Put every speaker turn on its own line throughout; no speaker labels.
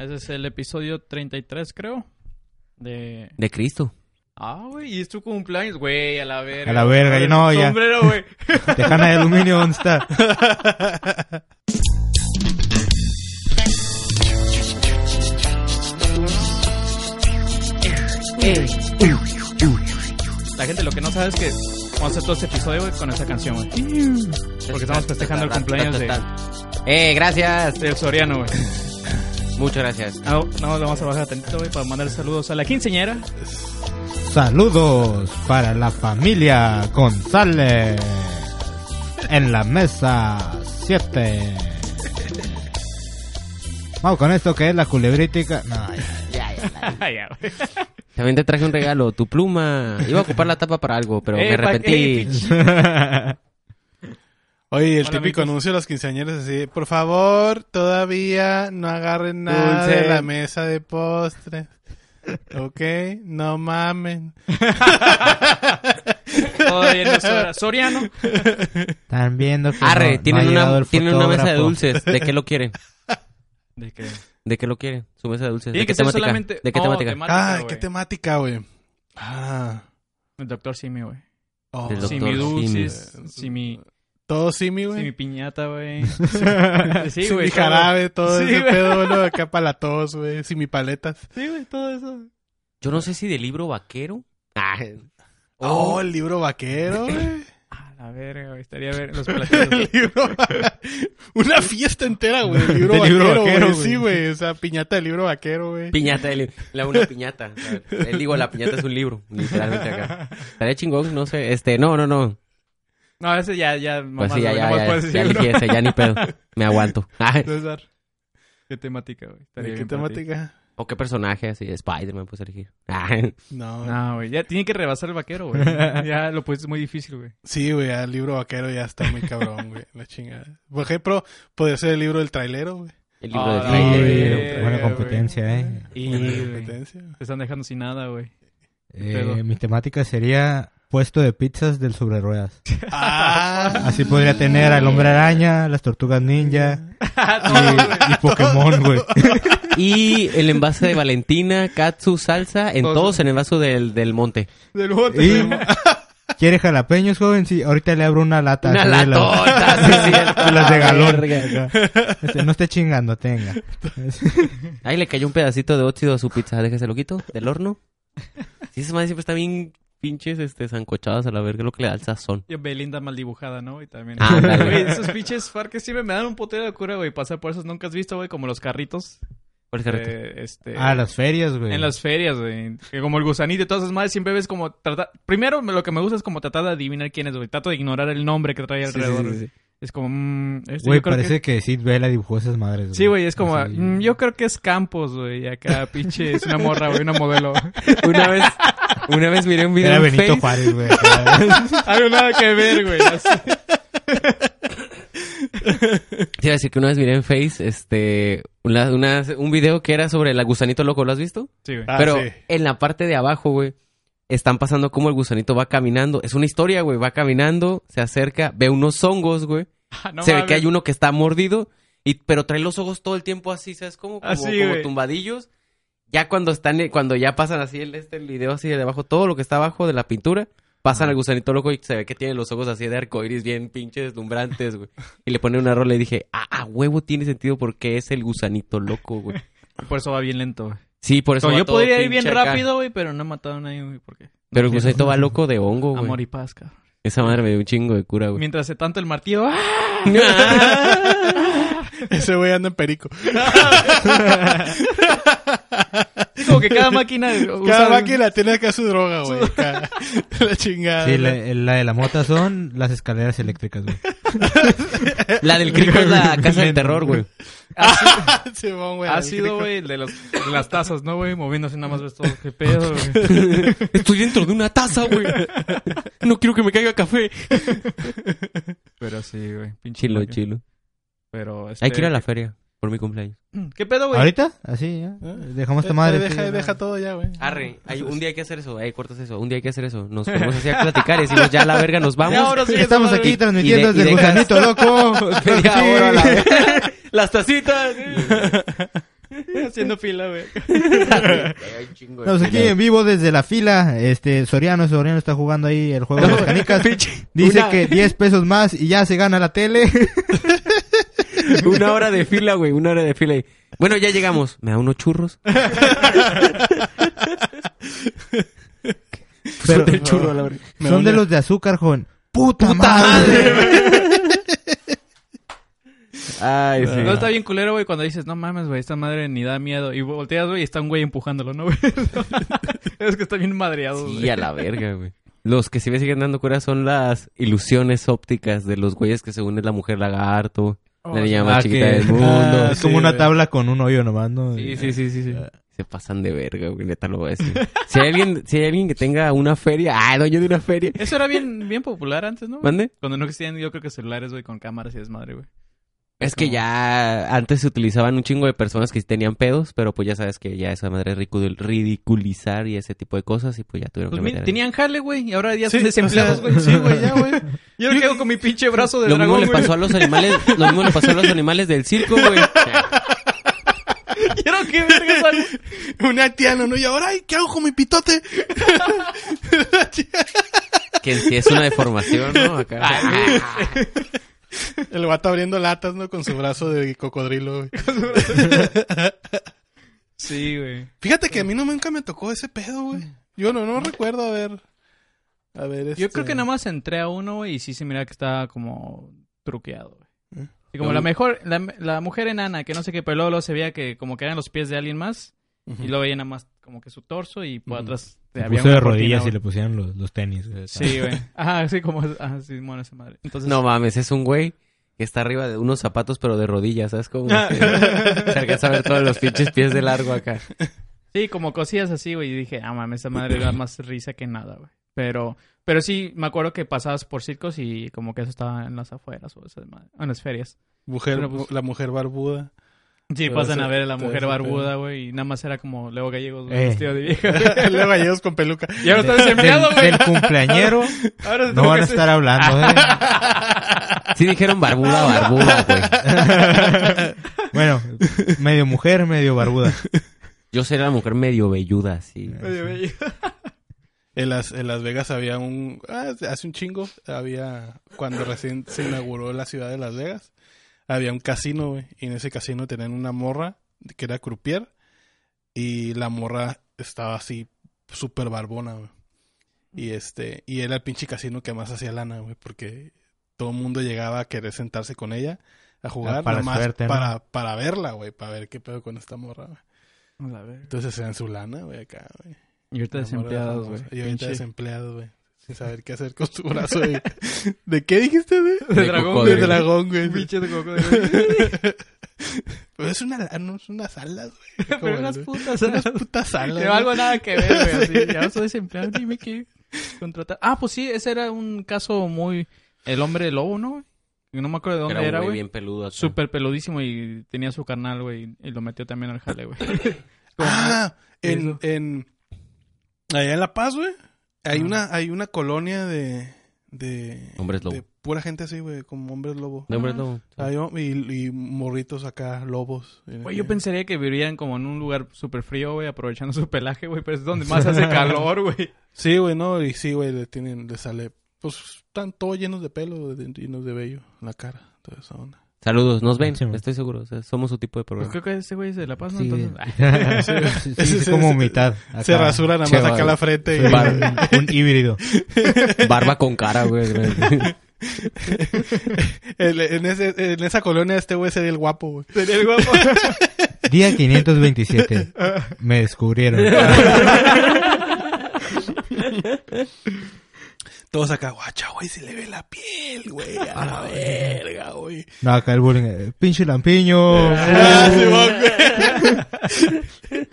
Ese es el episodio 33, creo. De.
De Cristo.
Ah, güey, y es tu cumpleaños, güey, a la verga.
A la verga, yo no, ya.
Sombrero, güey.
Tejana de aluminio, ¿dónde está?
La gente lo que no sabe es que vamos a hacer todo este episodio, güey, con esa canción, güey. Porque estamos festejando el cumpleaños de,
Eh, gracias.
del Soriano, güey. Ah,
Muchas gracias.
No, no, le vamos a bajar tantito, güey, para mandar saludos a la quinceñera.
Saludos para la familia González. En la mesa 7. Vamos con esto que es la culebrítica. No, ya.
Ah, ya, güey.
También te traje un regalo, tu pluma. Iba a ocupar la tapa para algo, pero
Eh,
me
pa'
arrepentí.
qué,
Oye, el
Hola,
típico
amigos.
anuncio de las quinceañeras así, por favor, todavía no agarren nada
Dulce.
de la mesa de postres. Ok, no mamen.
Todavía no es hora. Soriano.
Están viendo que.
Arre,
no-
tienen,
no ha llegado
una,
el
tienen una mesa de
fotógrafo.
dulces. ¿De qué lo quieren?
¿De qué?
¿De qué lo quieren? Su mesa de dulces.
Tiene
¿De
que
qué
ser
temática?
solamente.
¿De qué
No,
temática?
temática,
Ah,
güey.
qué temática, güey. Ah.
El doctor Simi, güey.
Oh,
Del
Simi
Dr.
dulces, Simi,
Todo simi,
Simi
güey.
piñata, güey.
Sí,
Sí, güey. todo.
jarabe, todo
Sí,
ese
güey.
pedo, boludo, acá para la tos, güey. Simi paletas.
Sí, güey, todo eso.
Yo no sé si de libro vaquero. Ah,
Oh, el libro vaquero, güey.
A la verga, güey. Estaría ver los
El
platillos.
libro va- Una fiesta entera, güey. El libro
Del libro
vaquero,
vaquero,
güey.
güey.
Sí, güey. Esa piñata del libro vaquero, güey.
Piñata, de li- la, una piñata. ¿sabes? Él digo, la piñata es un libro, literalmente acá. Estaría chingón, no sé. Este, no, no, no.
No, ese ya, ya, mamá,
Pues sí, ya,
güey,
ya,
nomás
ya.
puedes
ya
decirlo.
elegí ese, ya ni pedo. Me aguanto. Ah, Ay,
César,
¿Qué temática, güey? Estaría
¿de ¿Qué
bien para ti.
temática?
o qué personaje así, Spider-Man puedes elegir. Ah, Ay,
No.
No, güey, ya tiene que rebasar el vaquero, güey. Ya lo pusiste muy difícil, güey.
Sí, güey. ya El libro vaquero ya está muy cabrón, güey. La chingada. Por ejemplo, podría ser el libro del trailero, güey.
el libro
Ah,
de
Sí,
Ay,
buena
güey.
competencia, eh.
Y
Buena
güey,
competencia.
te están dejando sin nada, güey.
Eh,
Pedo.
mi temática sería puesto de pizzas del sobre ruedas.
Ah,
Así podría tener al hombre araña, las tortugas ninja y, y Pokémon, güey.
Y el envase de Valentina, Katsu, salsa, en
Todos.
todos en el vaso del, del monte.
Del bote.
Y quiere jalapeños, joven. Sí, ahorita le abro una lata.
Una
así de la-
latota, sí, es cierto.
de las de galón.
Verga.
Este, no esté chingando, tenga.
Ahí le cayó un pedacito de óxido a su pizza, déjese lo quito, del horno. Sí, esa madre siempre está bien pinches este zancochadas a la verga, lo que le da el sazón.
Y Belinda mal dibujada, ¿no? Y también.
Ah, dale.
Güey, esos pinches farques siempre me dan un putero de cura, güey. Pasar por esos nunca has visto, güey, como los carritos.
Por el carrito.
eh, este,
A Ah, las ferias, güey.
En las ferias, güey. Que Como el gusanito y todas esas madres, siempre ves como tratar... Primero, me- lo que me gusta es como tratar de adivinar quién es, güey. Trato de ignorar el nombre que trae alrededor. güey. Es como... mm, este
Güey,
yo creo
parece
que-
que... Sid Vela dibujó esas madres, güey.
Sí, güey, es como...
Así.
mm, yo creo que es Campos, güey. y Acá, pinche, es una morra, güey, una modelo.
Una vez, una vez miré un video
Era
en
Benito
Face.
Juárez, güey.
Algo nada que ver, güey. Así.
Te iba a decir que una vez miré en Face, este, una- una- un video que era sobre el gusanito loco, ¿lo has visto?
Sí, güey.
Ah,
Pero
sí.
en la parte de abajo, güey, están pasando cómo el gusanito va caminando. Es una historia, güey, va caminando, se acerca, ve unos hongos, güey.
Ah, no
se ve
mames.
que hay uno que está mordido, y, pero trae los ojos todo el tiempo así, ¿sabes? Como, como,
Así,
como
güey.
tumbadillos. Ya cuando están, eh, cuando ya pasan así el, este, el video así de abajo, todo lo que está abajo de la pintura, pasan al gusanito loco y se ve que tiene los ojos así de arcoiris bien pinches deslumbrantes, güey. Y le pone una rola y dije, ah, a huevo tiene sentido porque es el gusanito loco, güey.
Por eso va bien lento, güey.
Sí, por eso
Como
va
yo
todo
podría ir bien
pinche acá.
rápido, güey, pero no he matado a nadie, güey, porque...
Pero el gusanito va loco de hongo, Oh, güey.
Amor y paz, cabrón.
Esa madre me dio un chingo de cura, güey.
Mientras se tanto el martillo... ¡ah!
ese güey anda en perico.
Es como que cada máquina...
Cada
usa-
máquina tiene acá su droga, güey. acá. La chingada.
Sí, la, la de la mota son las escaleras eléctricas, güey.
La del crico es la casa del terror, güey.
ha
Simón, güey.
sido, ha
ahí
sido,
creo-
güey, el de, los- de las tazas, ¿no, güey? Moviéndose nada más ves todo. ¿Qué pedo, güey?
Estoy dentro de una taza, güey. No quiero que me caiga café.
Pero sí, güey. Pinche
Chilo,
rollo.
chilo.
Pero este,
Hay que ir a la feria por mi cumpleaños.
¿Qué pedo, güey?
¿Ahorita? Así, ya.
Ah.
Dejamos esta
Eh,
madre.
Deja,
sí,
deja
ya.
todo ya, güey.
Arre, hay, un día hay que hacer eso, eh, cortas eso, un día hay que hacer eso. Nos ponemos así a platicar y decimos, ya la verga, nos vamos.
Ya, ahora sí,
Estamos
esa madre.
aquí transmitiendo
y de- y
desde el
dejas-
gusanito loco.
Media
Sí.
hora a la verga. Las tacitas.
Haciendo fila, güey.
Estamos pues aquí en vivo desde la fila. Este, Soriano, Soriano está jugando ahí el juego de las canicas. Dice
una-
que 10 pesos más y ya se gana la tele.
Una hora de fila, güey, una hora de fila. y, Bueno, ya llegamos. ¿Me da unos churros?
Pero-
Suelta el churro a la verga.
Me
Son de
duele.
los de azúcar, joven. ¡Puta, madre!
Ay, sí.
No está bien culero, güey, cuando dices, no mames, güey, esta madre ni da miedo. Y volteas, güey, y está un güey empujándolo, ¿no, güey? es que está bien madreado, güey.
Sí, a la verga, güey. Los que sí me siguen dando cura son las ilusiones ópticas de los güeyes que según es la mujer lagarto,
Oh,
la niña más
ah,
chiquita
que-
del mundo.
Ah,
Es como
Sí,
una
güey.
tabla con un hoyo nomás, ¿no?
Sí, sí, sí, sí, sí. Se pasan de verga, güey, neta lo voy a decir. Si hay alguien, si hay alguien que tenga una feria, ah, dueño de una feria.
Eso era bien, bien popular antes, ¿no? güey?
¿Mande?
Cuando no existían, yo creo que celulares, güey, con cámaras y desmadre, güey.
Es que
No.
ya antes se utilizaban un chingo de personas que sí tenían pedos, pero pues ya sabes que ya esa madre es ridicu- ridiculizar y ese tipo de cosas y pues ya tuvieron
Pues
que
mi-
meter. ahí.
tenían jale, güey, y ahora ya
Sí,
son desempleados,
o
güey.
sea, Sí, güey, ya, güey.
Yo me quedo con mi pinche brazo de
Lo mismo
dragón,
le
güey.
pasó a los animales, lo mismo le pasó a los animales del circo, güey.
Quiero que verga sale.
Un haitiano, ¿no? Y ahora, ay, ¿qué hago con mi pitote?
Que en sí es una deformación, ¿no? Acá.
El vato abriendo latas, ¿no? Con su brazo de cocodrilo, güey.
Sí, güey.
Fíjate que a mí no nunca me tocó ese pedo, güey. Yo no, no recuerdo, este a ver. A ver,
Yo
Este
creo que nada
más
más entré a uno, güey, y sí se miraba que estaba como truqueado, güey.
¿Eh?
Y como
No.
la mejor, la, la mujer enana, que no sé qué, pero luego, luego se veía que como que eran los pies de alguien más, y luego veía nada más como que su torso y por
Ujú.
atrás
Se
había
puso
una
de
cortina,
rodillas y
güey.
le pusieron los, los tenis. güey.
Sí, güey. Ajá, así como, ajá, sí, bueno, esa madre. Entonces,
No mames, es un güey que está arriba de unos zapatos pero de rodillas, ¿sabes cómo? Sí. Se alcanza a ver todos los pinches pies de largo acá.
Sí, como cosillas así, güey. Y dije, ah, mames, esa madre da más risa que nada, güey. Pero, pero sí, me acuerdo que pasabas por circos y como que eso estaba en las afueras o esa madre- en las ferias.
Mujer,
Pero, pues-
la mujer barbuda.
Sí,
Pero
pasan
eso-
a ver a la
todo
mujer
ese
barbuda, güey. Y nada más era como Leo Gallegos, güey,
Eh.
vestido de vieja. güey.
Luego gallegos con peluca.
Y ahora está
Del,
desempleado, güey.
del cumpleañero
Ahora se
no
tuvo
van a
que
estar hablando, ¿eh?
Sí dijeron barbuda, barbuda, güey.
Bueno, medio mujer, medio barbuda.
Yo sería la mujer medio velluda, sí.
Oye, güey.
En las, en las Vegas había un... ah, hace un chingo había... Cuando recién se inauguró la ciudad de Las Vegas, había un casino, güey. Y en ese casino tenían una morra que era croupier. Y la morra estaba así súper barbona, güey. Y este... Y era el pinche casino que más hacía lana, güey. Porque todo el mundo llegaba a querer sentarse con ella a jugar.
Ah, para
Para,
suerte, ¿no?
para, para verla, güey. Para ver qué pedo con esta morra, güey.
A ver.
Entonces se dan su lana, güey, acá, güey.
Y ahorita desempleados, güey.
Y ahorita
Pinche-
desempleados, güey. Sin saber qué hacer con tu brazo, güey. ¿De qué dijiste, güey?
De dragón,
De
cocodrilo.
dragón, güey.
Pinche de coco de
Pero es una, ah, no, es unas alas, güey. Como
Pero
el-
unas putas.
unas putas alas.
Te
güey.
algo nada que ver, güey. así, Ya soy desempleado, dime qué contratar. Ah, pues sí, ese era un caso muy. El hombre lobo, ¿no? güey? Yo No me acuerdo de dónde era,
muy
güey.
bien peludo. acá.
Súper peludísimo y tenía su carnal, güey. Y lo metió también al jale, güey.
Ah, en,
Eso.
en... Allá en La Paz, güey. Hay,
Ah.
una, hay una colonia de... de
Hombres lobo.
de pura gente así, güey. Como hombres lobo.
No, hombre, no.
Hay hom- y, y morritos acá, lobos. Eh,
Güey, yo pensaría que vivirían como en un lugar súper frío, güey, aprovechando su pelaje, güey. Pero es donde más hace calor, güey.
Sí, güey, no, y sí, güey, le tienen, le sale, pues, están todos llenos de pelo, de- llenos de vello, en la cara, toda esa onda.
Saludos, nos ven,
Sí, man.
estoy seguro. o sea, somos su tipo de
Pues
programa.
creo que este güey es de La Paz, ¿no?
Sí,
Entonces, ah,
Sí, sí,
Ese-
como
ese-
mitad.
Se
acá.
rasura nada
Che,
más acá
vale.
la frente
Sí,
y
un, un híbrido.
Barba con cara, güey. güey.
El- en, ese- en esa colonia este güey sería el guapo, güey.
sería el guapo.
Día 527. Me descubrieron.
Todos acá, guacha, güey, se le ve la piel, Ah, güey. A la verga, güey.
No, acá el bullying. eh, Pinche lampiño.
Ah, Simón, güey.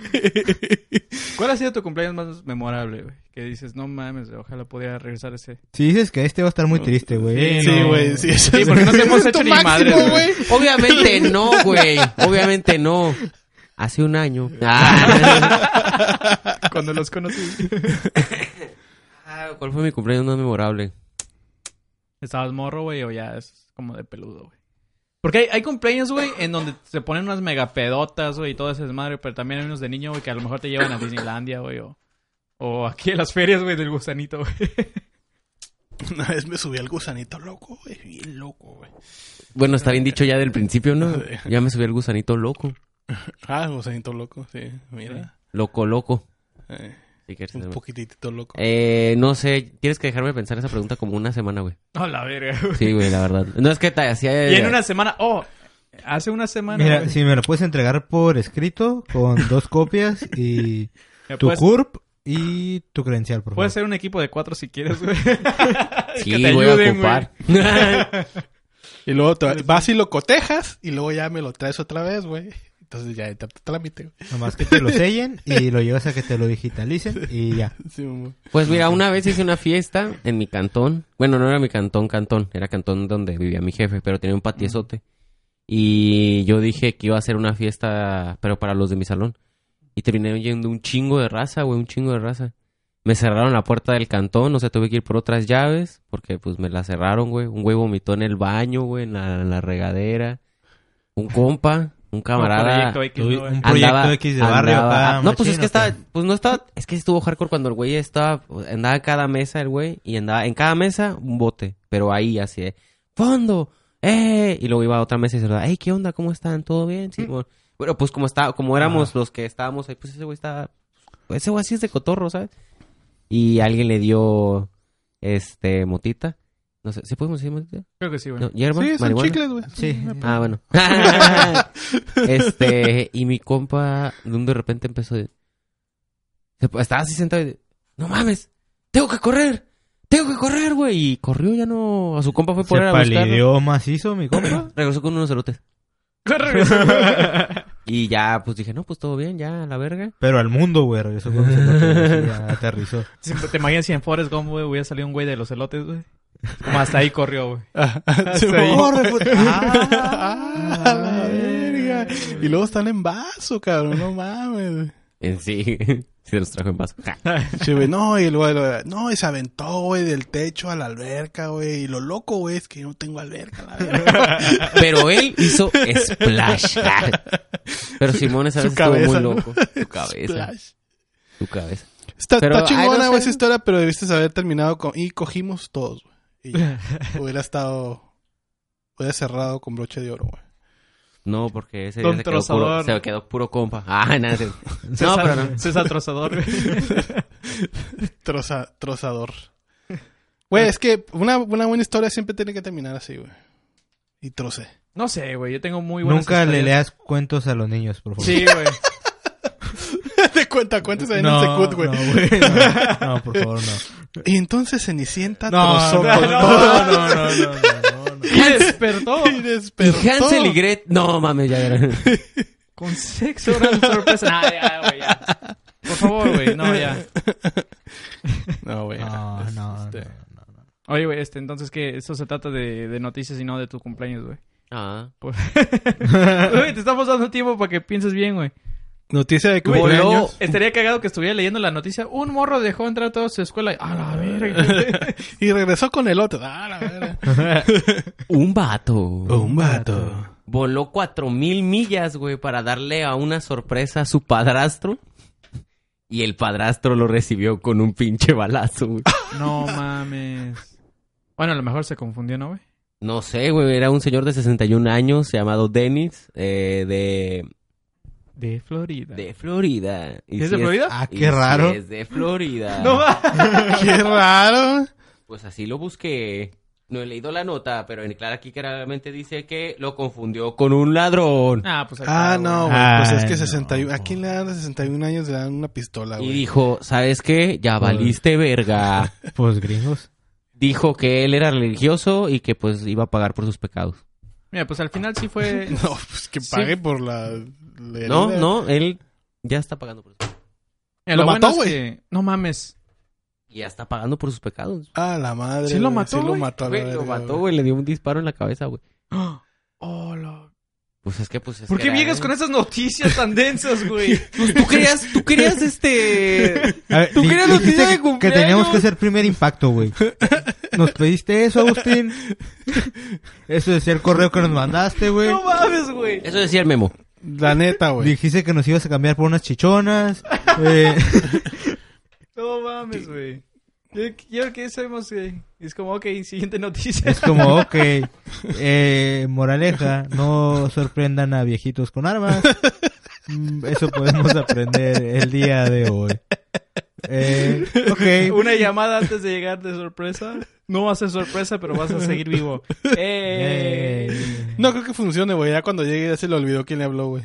¿Cuál ha sido tu cumpleaños más memorable, güey? Que dices, no mames, güey, ojalá pudiera regresar ese.
Si dices que este va a estar muy triste, güey.
Sí,
no.
güey, sí. eso
Sí,
es-
porque no te hemos
es
hecho
tu
ni
máximo,
madre, güey.
Obviamente no, güey. Obviamente no. Hace un año. Ah.
Cuando los conocí.
Ah, ¿Cuál fue mi cumpleaños más memorable?
¿Estabas morro, güey, o ya es como de peludo, güey? Porque hay, hay cumpleaños, güey, en donde se ponen unas megapedotas, güey, y todo ese desmadre, pero también hay unos de niño, güey, que a lo mejor te llevan a Disneylandia, güey, o, o aquí a las ferias, güey, del gusanito, güey.
Una vez me subí al gusanito loco, güey. Bien loco, güey.
Bueno, está bien dicho ya del principio, ¿no? Ya me subí al gusanito loco.
Ah, gusanito loco, sí. Mira.
Loco, loco.
Eh,
Sí, que-
un poquitito loco.
Eh, no sé, tienes que dejarme pensar esa pregunta como una semana, güey.
No, la verga, güey.
Sí, güey, la verdad. No es que te hacía...
Y en una semana, oh, hace una semana.
Eh. Mira,
güey,
si me lo puedes entregar por escrito, con dos copias y
ya
tu
puedes,
CURP y tu credencial, por favor.
puedes ser un equipo de cuatro si quieres, güey.
Sí, voy a ocupar.
Y luego te- vas y lo cotejas y luego ya me lo traes otra vez, güey. Entonces ya entra tu trámite, güey.
Nomás que te lo sellen y lo llevas a que te lo digitalicen y ya.
Sí, mamá.
Pues mira, una vez hice una fiesta en mi cantón. Bueno, no era mi cantón, cantón. Era cantón donde vivía mi jefe, pero tenía un patiezote. Y yo dije que iba a hacer una fiesta, pero para los de mi salón. Y terminé yendo un chingo de raza, güey, un chingo de raza. Me cerraron la puerta del cantón, o sea, tuve que ir por otras llaves, porque pues me la cerraron, güey. Un güey vomitó en el baño, güey, en la, en la regadera. Un compa, un camarada.
Proyecto X,
Uy,
¿no, eh. güey?
un- proyecto X de barrio acá,
No, pues es que
machín, ¿o qué?
estaba, pues no estaba, es que estuvo hardcore cuando el güey estaba, andaba a cada mesa el güey y andaba en cada mesa un bote, pero ahí así de fondo, eh, y luego iba a otra mesa y se hey, ¿qué onda? ¿Cómo están? ¿Todo bien?
Mm.
Sí, bueno. Bueno, pues como estaba, como éramos los que estábamos ahí, pues ese güey estaba, pues ese güey así es de cotorro, ¿sabes? Y alguien le dio, este, motita, no sé, ¿se puede decir motita?
Creo que sí, güey.
No, hierba,
Sí, son
marihuana.
chicles, güey.
Sí.
Ah, bueno. este, y mi compa de un de repente empezó de... se- Estaba así sentado y de, No mames, tengo que correr, tengo que correr, güey. Y corrió ya no... A su compa fue por
Se
él a buscarlo.
palideó macizo, mi compa.
Regresó con unos cerotes.
Regresó.
Y ya, pues dije, no, pues todo bien, ya, a la verga.
Pero al mundo, güey. Regresó con ese lote, güey, ya aterrizó.
Siempre te imaginas si en Forrest Gump, güey, hubiera salido un güey de los elotes, güey. Como hasta ahí corrió, güey.
Ah, sí,
ahí.
mamá.
¡Corre, puta!
Ah, a la verga. Y luego están en vaso, cabrón, no mames.
En sí, se los trajo en vaso. Ja.
Sí, güey, no, y luego, luego, no, y se aventó, güey, del techo a la alberca, güey. Y lo loco, güey, es que yo no tengo alberca, la verga.
Pero él hizo splash. Ja. Pero Simón esa
Su
vez estuvo
cabeza,
muy
¿no?
loco. Tu cabeza,
Splash.
tu cabeza.
Está,
Pero,
está
ay, no
chingona,
sé.
güey, esa historia, pero debiste haber terminado con... Y cogimos todos, güey. Y ya. hubiera estado... Hubiera cerrado con broche de oro, güey.
No, porque ese
Don
día se quedó, puro,
Trozador.
se quedó puro compa. Ah, nada. se- No,
César-
pero no.
César Trozador, güey.
Troza- trozador. Güey, es que una, una buena historia siempre tiene que terminar así, güey. Y trocé.
No sé, güey. Yo tengo muy buenas
Nunca le
historias.
leas cuentos a los niños, por favor.
Sí, güey.
Te cuenta, cuentas ahí en el
No,
Secut, güey.
no, güey, no, no, por favor, no.
Y entonces Cenicienta
No,
trozó
no,
con
no,
todo.
no, no, no, no, no, no.
Y despertó
Y
Y
despertó.
Hansel y Gretel. No, mames, ya era.
con sexo oral sorpresa. Nah, ya, güey, ya. Por favor, güey. No, ya.
No, güey.
No,
es-
no,
este,
no.
Oye, güey, este, entonces, que Esto se trata de, de noticias y no de tu cumpleaños, güey.
Ah.
Güey, te estamos dando tiempo para que pienses bien, güey.
Noticia de
Güey,
cumpleaños.
Estaría cagado que estuviera leyendo la noticia. Un morro dejó entrar a toda su escuela. y- A la verga.
Y regresó con el otro. Ah, la verga.
Un vato.
Oh.
Un vato.
Voló cuatro mil millas, güey, para darle a una sorpresa a su padrastro. Y el padrastro lo recibió con un pinche balazo, güey.
No mames. Bueno, a lo mejor se confundió, ¿no, güey?
No sé, güey. Era un señor de 61 años llamado Dennis, eh, de,
De Florida.
de Florida. Y
¿Es de
sí
Florida?
Ah,
y
qué
sí
raro.
Es de Florida.
No mames.
Qué raro.
Pues así lo busqué. No he leído la nota, pero en claro aquí claramente dice que lo confundió con un ladrón.
Ah, pues ahí
Ah,
está, güey.
no, güey. Pues es
Ay,
que
no.
61. ¿A quién le dan a 61 años? Le dan una pistola,
y
güey.
dijo, ¿sabes qué? Ya valiste verga.
Pues gringos.
dijo que él era religioso y que pues iba a pagar por sus pecados.
Mira, pues al final sí fue.
No, pues que pague por la... la
No,
herida.
no, él ya está pagando por sus pecados.
Mira,
Lo
bueno
mató,
es
güey.
que- No mames.
Ya está pagando por sus pecados.
Ah, la madre.
Sí lo
güey,
mató,
Sí lo
güey.
mató. a la
Güey, lo
verga,
mató,
güey.
güey, le dio un disparo en la cabeza, güey.
Oh, lo-
Pues es que pues es
¿Por
que
qué
era-
vienes con esas noticias tan densas, güey?
Pues tú querías, tú querías este...
A ver,
Tú
di-
querías los
dijiste
videos de
que- Que
cumpleaños.
teníamos que hacer primer impacto, güey. Nos pediste eso, Agustín. Eso decía el correo que nos mandaste, güey.
No mames, güey.
Eso decía el memo.
La neta, güey.
dijiste que nos ibas a cambiar por unas chichonas. eh,
No mames, güey. Yo, yo que sabemos que es como, ok, siguiente noticia.
es como, ok. eh, moraleja, no sorprendan a viejitos con armas. Mm, Eso podemos aprender el día de hoy. Eh, ok.
Una llamada antes de llegar de sorpresa. No va a ser sorpresa, pero vas a seguir vivo. ¡Eh!
Eh,
No creo que funcione, güey. Ya cuando llegue ya se le olvidó quién le habló, güey.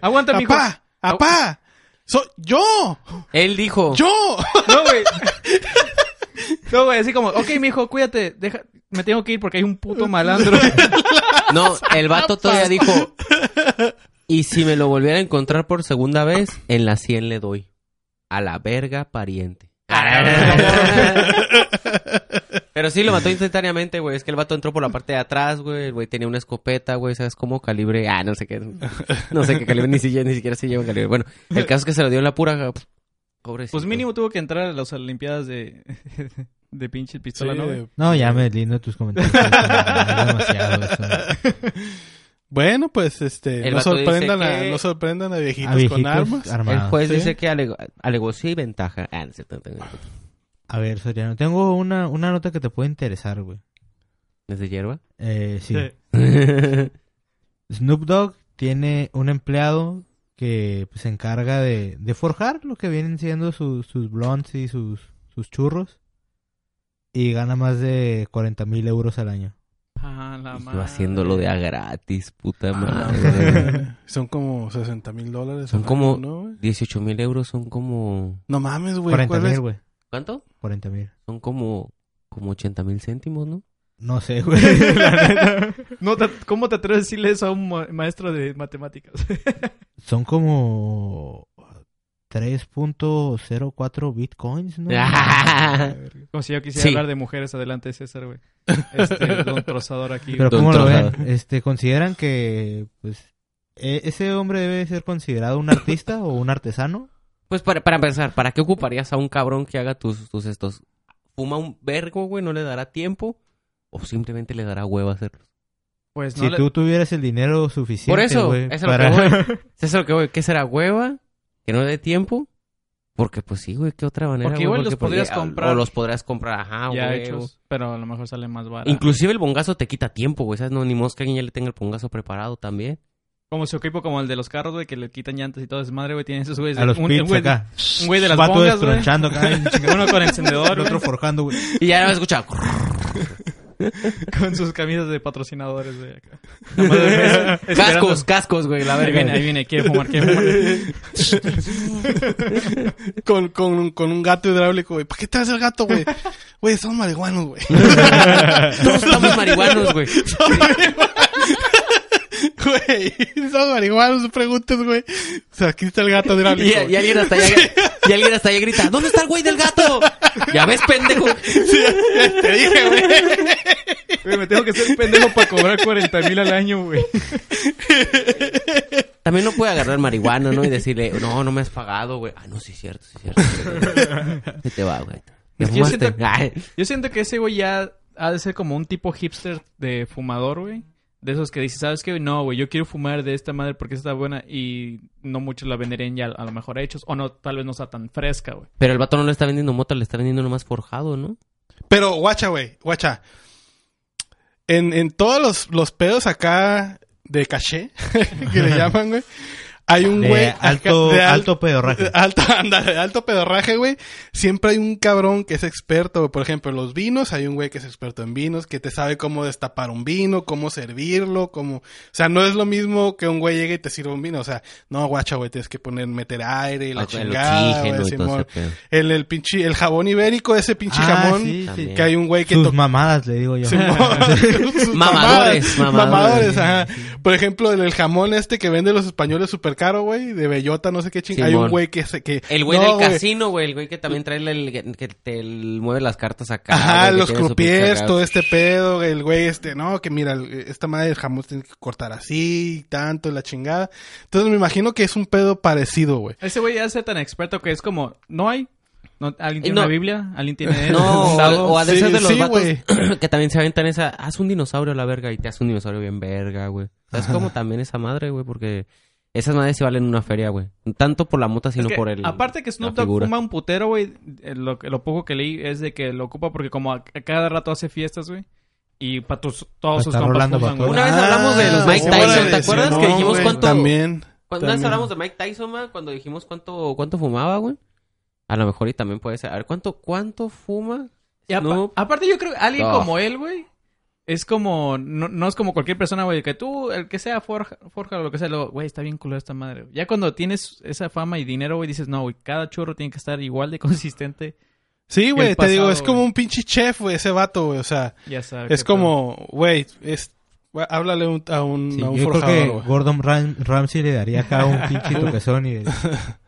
Aguanta, mijo.
¡Apá! ¡Apá! ¡Soy yo!
Él dijo...
¡Yo!
No, güey. No, güey, así como, ok, mijo, cuídate. Deja, me tengo que ir porque hay un puto malandro.
No, el vato todavía dijo... Y si me lo volviera a encontrar por segunda vez, en la 100 le doy. A la verga, pariente. Ah, Pero sí, lo mató instantáneamente, güey. Es que el vato entró por la parte de atrás, güey. El güey tenía una escopeta, güey. ¿Sabes cómo? Calibre... Ah, no sé qué. No sé qué calibre. Ni siquiera, ni siquiera se lleva un calibre. Bueno, el caso es que se lo dio en la pura... Pobrecito.
Pues mínimo tuvo que entrar a las Olimpiadas de, de pinche pistola,
Sí,
¿no? güey?
eh,
No, ya me lindo tus comentarios. Es demasiado eso.
Bueno, pues este,
El
no
vato dice
sorprendan, a,
que-
no sorprendan a viejitos,
A viejitos
con armas.
El
armados.
juez
Sí.
dice que alegó, alegó sí ventaja. Ah, no es cierto, no tengo-
A ver, Soriano, tengo una, una nota que te puede interesar, güey.
¿Es de hierba?
Eh, sí.
Sí.
Snoop Dogg tiene un empleado que pues, se encarga de, de forjar lo que vienen siendo sus, sus blondes y sus, sus churros. Y gana más de 40 mil euros al año.
Ah, la
Y Pues yo
madre.
haciéndolo de a gratis, puta madre.
Ah, Son como 60 mil dólares.
Son
al
como-
año, ¿no, güey?
18 mil euros son como...
No mames, güey.
40
¿cuál
mil,
es?
güey.
¿Cuánto?
40 mil.
Son como... Como 80 mil céntimos, ¿no?
No sé, güey.
No te- ¿Cómo te atreves a decirle eso a un ma- maestro de matemáticas?
Son como 3.04 bitcoins, ¿no?
Como si yo quisiera
Sí.
hablar de mujeres adelante, César, güey. Este, don trozador aquí.
Pero
Don
¿cómo lo
Trojado.
ven? Este, ¿Consideran que pues e- ese hombre debe ser considerado un artista o un artesano?
Pues para, para pensar, ¿para qué ocuparías a un cabrón que haga tus, tus estos? ¿Fuma un vergo, güey? ¿No le dará tiempo? ¿O simplemente le dará hueva hacerlo?
pues no
si
le-
tú tuvieras el dinero suficiente,
Por eso,
güey,
eso es lo que ¿Sabes a lo que voy? ¿Qué será hueva? ¿Que no le dé tiempo? Porque pues sí, güey, ¿qué otra manera?
Porque
güey? pues
igual los podrías
o-
comprar.
O los podrías comprar, ajá,
ya
güey, o-
hechos, pero a lo mejor sale más barato.
Inclusive el bongazo te quita tiempo, güey. ¿Sabes? No, ni mosca que ya le tenga el bongazo preparado también.
Como su equipo, como el de los carros, güey, que le quitan llantas y todo es madre, güey. Tienen esos güeyes.
a los
un- un
pits
güey de-
acá.
un güey de las
Vato
bongas, güey.
destronchando acá, el
Uno con encendedor,
otro
otro
forjando, güey.
Y ya no me escucha.
con sus camisas de patrocinadores, güey. acá.
cascos, cascos, güey, la
Ahí
verga.
viene, ahí viene, quiere fumar, quiere fumar.
Con, con, con un gato hidráulico, güey. ¿Para qué traes el gato, güey? Güey, son marihuanos, güey.
Todos estamos marihuanos, güey.
Güey, son marihuanos, no preguntes, güey. O sea, aquí está el gato
Y,
hidráulico.
y alguien hasta allá, y alguien hasta allá grita, ¿dónde está el güey del gato? Ya ves, pendejo.
Te dije, güey.
Güey, me tengo que ser pendejo para cobrar 40 mil al año, güey.
También no puede agarrar marihuana, ¿no? Y decirle, no, no me has pagado, güey. Ah, no, sí es cierto, sí es cierto. Se te va, güey. Ya
Es que yo
fumaste.
siento-
Ay.
Yo siento que ese güey ya ha de ser como un tipo hipster de fumador, güey. De esos que dice, ¿sabes qué? No, güey, yo quiero fumar de esta madre porque está buena y no muchos la venderían ya a lo mejor hechos. O no, tal vez no sea tan fresca, güey.
Pero el vato no le está vendiendo mota, le está vendiendo nomás forjado, ¿no?
Pero, guacha, güey, guacha. En, en todos los, los pedos acá de caché, que le llaman, güey, Hay un
De
güey acá-
alto,
de al-
alto pedorraje.
Alto, ándale, alto pedorraje, güey. Siempre hay un cabrón que es experto, güey. Por ejemplo, en los vinos, hay un güey que es experto en vinos, que te sabe cómo destapar un vino, cómo servirlo, cómo... O sea, no es lo mismo que un güey llegue y te sirva un vino. O sea, no, guacha, güey, tienes que poner, meter aire y
Ah,
la
el
chingada, güey,
oxígeno y todo
Simón.
ese pedo.
El, el pinche, el jabón ibérico, ese pinche
Ah,
jamón,
sí, sí.
también.
que hay un güey que
Sus
to-
mamadas, le digo yo.
Simón.
Mamadores,
Sus
mamadores.
mamadas. Mamadores, ajá. Por ejemplo, el, el jamón este que vende los españoles súper caro, güey, de bellota, no sé qué chingada. Hay
Simón.
un güey que se que
El güey
No,
del casino, güey. El güey que también trae el, el- que te el- mueve las cartas acá. güey,
Ajá,
que tiene
los
su
croupiers,
pinche
todo este pedo, el güey este, no, que mira, el- esta madre del jamón tiene que cortar así, y tanto, y la chingada. Entonces me imagino que es un pedo parecido, güey.
Ese güey ya es tan experto que es como, no hay. No, ¿Alguien
Eh,
tiene
no.
una Biblia? ¿Alguien tiene.?
No,
un
o,
dado?
o a
Sí,
veces de los
sí,
vatos
güey.
que también se aventan esa, haz un dinosaurio a la verga y te hace un dinosaurio bien verga, güey. ¿Sabes cómo también esa madre, güey? Porque esas madres se valen una feria, güey. Tanto por la mota,
Es
sino
que,
por el...
Aparte que Snoop
la
Dogg
figura.
fuma un putero, güey. eh, Lo, que- lo poco que leí es de que lo ocupa porque como a, a cada rato hace fiestas, güey. Y para todos sus
Está
compas
rolando
fuman,
pa'
güey.
Una vez hablamos de
Ah,
Mike
órale,
Tyson, ¿te
sí,
acuerdas
no,
que dijimos
güey,
cuánto-
También.
Cuando una vez
También.
Pues, hablamos de Mike Tyson, ma, cuando dijimos cuánto, cuánto fumaba, güey. A lo mejor y también puede ser. A ver, ¿cuánto, cuánto fuma?
Y apa-
Ah, Snoop
Aparte yo creo que alguien
Dogg.
como él, güey. Es como, no, no es como cualquier persona, güey, que tú, el que sea forja, forja o lo que sea, luego, güey, está bien culo esta madre. güey. Ya cuando tienes esa fama y dinero, güey, dices, no, güey, cada churro tiene que estar igual de consistente.
Sí, güey, te
pasado,
digo, es como
güey.
un pinche chef, güey, ese vato, güey, o sea,
Ya sabes.
es como, güey, es... güey, háblale un- a un,
Sí,
a un
yo creo
forjador,
que
güey.
Gordon Ram- Ramsay le daría acá un pinche toquezón y...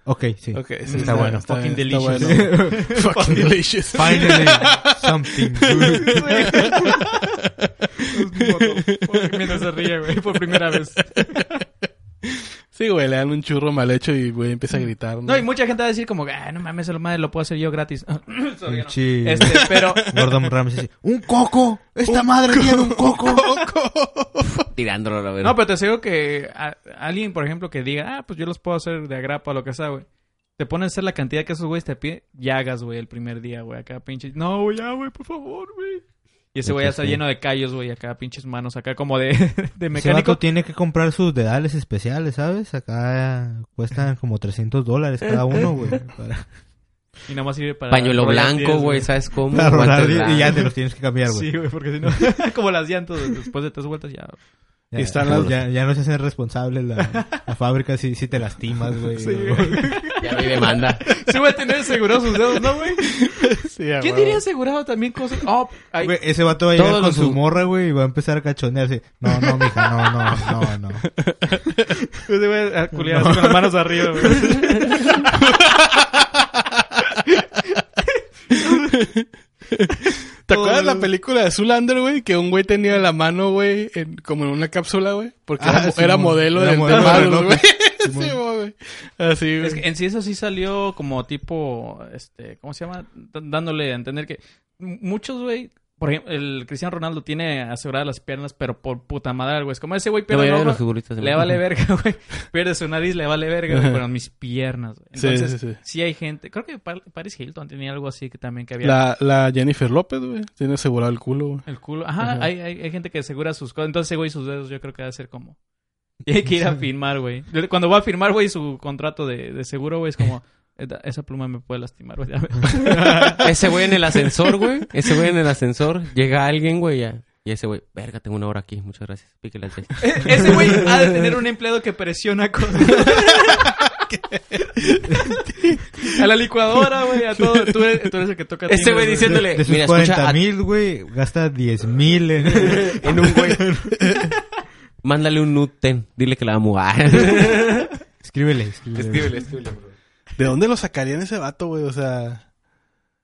Ok, sí.
Ok, sí,
está, bueno.
está
Fucking
bien, está
delicious.
bueno. Fucking delicious.
Finally, something good.
Mientras se ríe, güey, por primera vez.
Sí, güey, le dan un churro mal hecho y, güey, empieza a gritar.
No, y mucha gente va a decir como, ah, no mames, lo madre, lo puedo hacer yo gratis. Sorry, no.
Pinche
Este, pero...
Gordon Ramsay. sí. ¡Un coco! ¡Esta madre tiene un coco!
Tirándolo a la verga.
No, pero te aseguro que a- alguien, por ejemplo, que diga, ah, pues yo los puedo hacer de agrapa o lo que sea, güey. Te ponen a hacer la cantidad que esos güeyes te piden, ya hagas, güey, el primer día, güey, acá pinche. No, güey, ya, güey, por favor, güey. Y ese güey ya está lleno de callos, güey, acá pinches manos, acá como de, de
Ese vato
mecánico.
tiene que comprar sus dedales especiales, ¿sabes? Acá cuestan como 300 dólares cada uno, güey. Para,
Y nada más sirve para.
Pañuelo
para las
blanco,
diez,
güey, ¿sabes cómo?
para
Guante
rolar y- y ya
blanco.
te los tienes que cambiar, güey.
Sí, güey, porque si no, como las llantas, güey, después de tres vueltas ya.
Ya,
Y están las-
ya, ya no se hacen responsables la, la fábrica si, si te lastimas, güey.
Sí, güey.
Ya me demanda.
Sí, va a tener asegurado sus dedos, ¿no, güey?
Sí,
¿Quién
a Ah, huevo.
diría asegurado también cosas? Oh, ay,
Güey, Ese vato va a llegar
Todos
con
los
su
u-
morra, güey, y va a empezar a cachonearse. No, no, mija, no, no, no, no.
Ese güey a culiar así con las manos arriba, güey.
¿Te acuerdas la película de Zoolander, güey? Que un güey tenía la mano, güey, en- como en una cápsula, güey. Porque
Ah,
era,
sí,
era
mo-
modelo
era
de
modelo
de
de
manos,
reloj.
güey.
Sí,
Sí,
mo-
güey. Así, güey.
Es que en sí eso sí salió como tipo, este, ¿cómo se llama? D- dándole a entender que m- muchos, güey, por ejemplo, el Cristiano Ronaldo tiene aseguradas las piernas, pero por puta madre, güey. Es como ese güey
La
pierde
mayoría
un
de los
ojo,
futbolistas.
le vale verga, güey. Pierde su nariz, le vale verga, güey, pero mis piernas, güey.
Sí,
Entonces, sí,
sí, sí.
hay gente, creo que Par- Paris Hilton tenía algo así que también que había...
La, la Jennifer López, güey. Tiene asegurado el culo, güey.
El culo. Ajá,
Ajá.
Hay, hay, hay gente que asegura sus cosas. Entonces, ese güey, sus dedos, yo creo que va a ser como. Tiene que ir a firmar, güey. Cuando va a firmar, güey, su contrato de, de seguro, güey, es como. "Esta- Esa pluma me puede lastimar, güey.
Ese güey en el ascensor, güey. Ese güey en el ascensor. Llega alguien, güey, ya. Y ese güey, verga, tengo una hora aquí. Muchas gracias. Píquele al seis.
E- Ese güey ha de tener un empleado que presiona con. a la licuadora, güey, a todo. Tú eres, tú eres el que toca.
Ese
timbres,
güey diciéndole,
De sus
mira,
40
escucha, a-
mil, güey, gasta 10 mil en...
en un güey. Mándale un nuten. Dile que la amo. Ah.
Escríbele, escríbele.
¿De dónde lo sacarían ese vato, güey? O sea...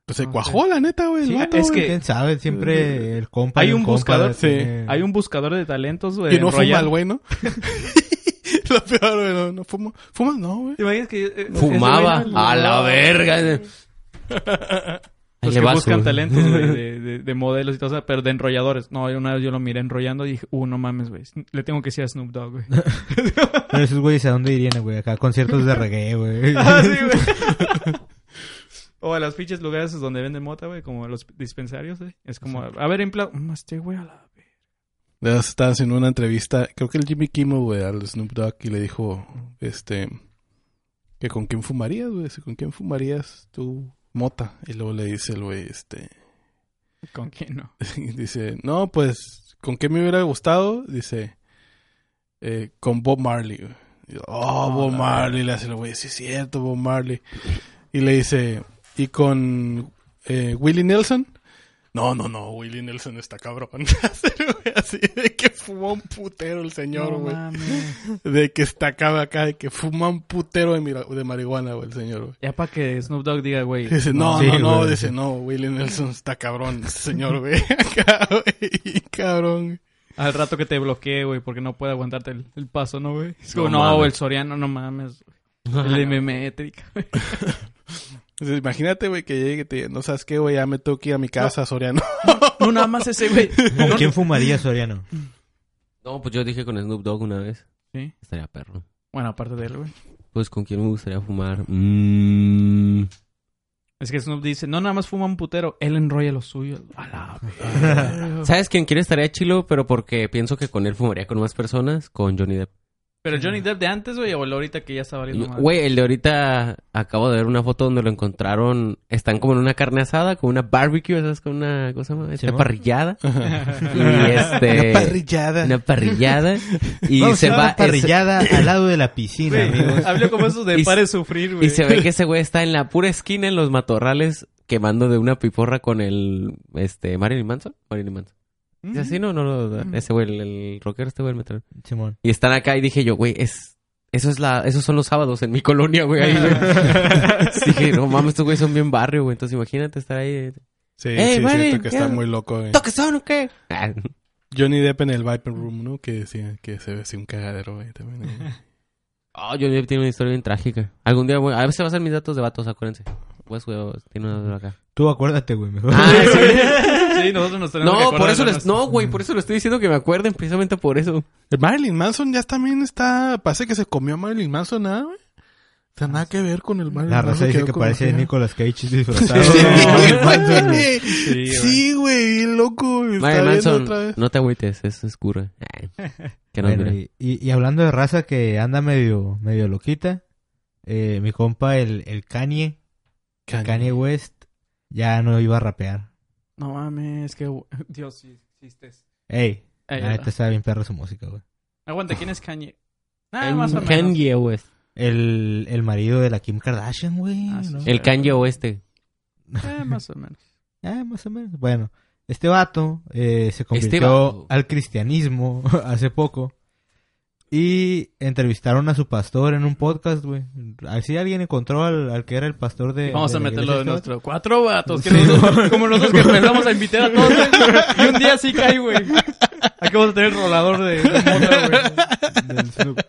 Pues se cuajó, la neta, güey. el
Sí,
vato,
es
güey.
que-
¿Quién sabe? Siempre el compa...
Hay
del
un
compa
buscador,
tiene-
Hay un buscador de talentos, güey.
Y no fuma
enrollado.
el güey, ¿no? Lo peor, güey. No, no fuma. ¿Fuma? No, güey.
¿Te imaginas que. eh, ese güey
Fumaba.
no-
A la verga. Ahí
Los
le
que
vas,
buscan
güey.
talentos, güey, de, de- de modelos y todo eso, pero de enrolladores. No, una vez yo lo miré enrollando y dije, uh, no mames, güey. Le tengo que decir a Snoop Dogg, güey.
Pero esos güeyes, ¿a dónde irían, güey? Acá, conciertos de reggae, güey.
Ah, sí, güey. o a los pinches lugares Mm, donde venden mota, güey, como los dispensarios, güey. Es como, a ver, en plan, este güey a la vez.
Le estaba haciendo una entrevista, creo que el Jimmy Kimmel, güey, al Snoop Dogg y le dijo, este, que con quién fumarías, güey, si con quién fumarías tú mota. Y luego le dice el güey, este,
¿Con quién no?
dice, no, pues, ¿con qué me hubiera gustado? Dice, eh, con Bob Marley. güey. Y yo, oh,
Ah,
Bob Marley, le hace el güey, sí es cierto, Bob Marley. Y le dice, ¿y con eh, Willie Nelson? No, no, no, Willie Nelson está cabrón. Así, güey, Así de que fumó un putero el señor,
No
güey.
mames.
de que está acá, acá, de que fuma un putero de, mira- de marihuana, güey, el señor, güey.
Ya para que Snoop Dogg diga, güey.
Dice, no,
Sí,
no, no,
güey.
dice, no, Willie Nelson está cabrón, este señor, güey. Acá, güey, cabrón.
Al rato que te bloqueé, güey, porque no puede aguantarte el, el paso, ¿no, güey? Es como,
No
no,
mames.
el Soriano, no mames. güey. El de E, memétrica, güey.
Dice, imagínate, güey, que llegue y te diga, no sabes qué, güey, ya me tengo que ir a mi casa, Soriano.
No, nada más ese, güey.
¿Con quién fumaría Soriano?
No, pues yo dije con Snoop Dogg una vez.
Sí.
Estaría perro.
Bueno, aparte de él, güey.
Pues con quién me gustaría fumar. Mm,
Es que Snoop dice, no, nada más fuma un putero. Él enrolla lo suyo. A la verga.
¿Sabes quién quiere estaría chilo? Pero porque pienso que con él fumaría con más personas. Con Johnny Depp.
Pero Johnny Depp de antes, güey, o el ahorita que ya está valiendo más.
Güey, el de ahorita acabo de ver una foto donde lo encontraron. Están como en una carne asada, con una barbecue, ¿sabes? Con una, ¿cómo se llama? Esta
Simón.
parrillada. Y este.
parrillada.
Una parrillada. Y
Vamos
se
a una
va. es-
parrillada al lado de la piscina, amigos.
Hablo como esos de
Y-
pare sufrir, güey.
Y se ve que ese güey está en la pura esquina en los matorrales quemando de una piporra con el este Marilyn Manson, Marilyn Manson.
Mm.
¿Es así? No, no, no, no, ese güey, el, el rockero, este güey, el metal.
Simón.
Y están acá y dije yo, güey, es eso es la esos son los sábados en mi colonia, güey. ahí, güey. dije, no mames, estos güeyes son bien barrio, güey. Entonces imagínate estar ahí. eh,
Sí,
Ey,
sí,
Marilyn,
siento que está
¿qué?
muy loco, güey.
¿Toques son o qué? Ah,
Johnny Depp en el Viper Room, ¿no? Que decía que se ve así un cagadero, güey, también. ahí.
Oh, Johnny Depp tiene una historia bien trágica. Algún día, güey, a veces va a ser mis datos de vatos, acuérdense. Pues, güey, tiene una acá.
Tú acuérdate, güey, mejor.
Ah, sí.
Sí, nosotros nos tenemos que
No,
acordar
por eso
de
les,
nuestro-
no, güey, por eso le estoy diciendo que me acuerden, precisamente por eso.
El Marilyn Manson ya también está, parece que se comió a Marilyn Manson, nada, güey. O sea, nada que ver con el Marilyn
La
Manson.
raza dice
yo
que parece
conocía.
Nicolas Cage disfrazado.
Sí, güey.
güey.
Sí, güey, bien loco. Está
Marilyn
viendo
Manson,
otra vez.
no te agüites, es oscura. Ay, Que no
Bueno,
mira.
y, y- y hablando de raza que anda medio, medio loquita, eh, mi compa el, el Kanye, Kanye West, ya no iba a rapear.
No mames, que... bu- Dios, sí existes.
Ey,
Ey,
la neta está bien perra su música, güey.
Aguanta, ¿quién es Kanye? Nada
Kanye-
más o menos.
Kanye West.
El, el marido de la Kim Kardashian, güey.
Ah, sí.
¿no?
El Kanye Oeste.
Eh, más o menos.
Ah, más o menos. Bueno, este vato eh,
Este
se convirtió
vato.
al cristianismo hace poco. Y entrevistaron a su pastor en un podcast, güey. Así alguien encontró al, al que era el pastor de.
Vamos
de
a
la
meterlo de
iglesia
nuestro. Cuatro vatos. Que nosotros- como nosotros que empezamos a invitar a todos. güey. Y un día sí cae, güey. Aquí vamos a tener el rolador de, de mota, güey.
del Snoop.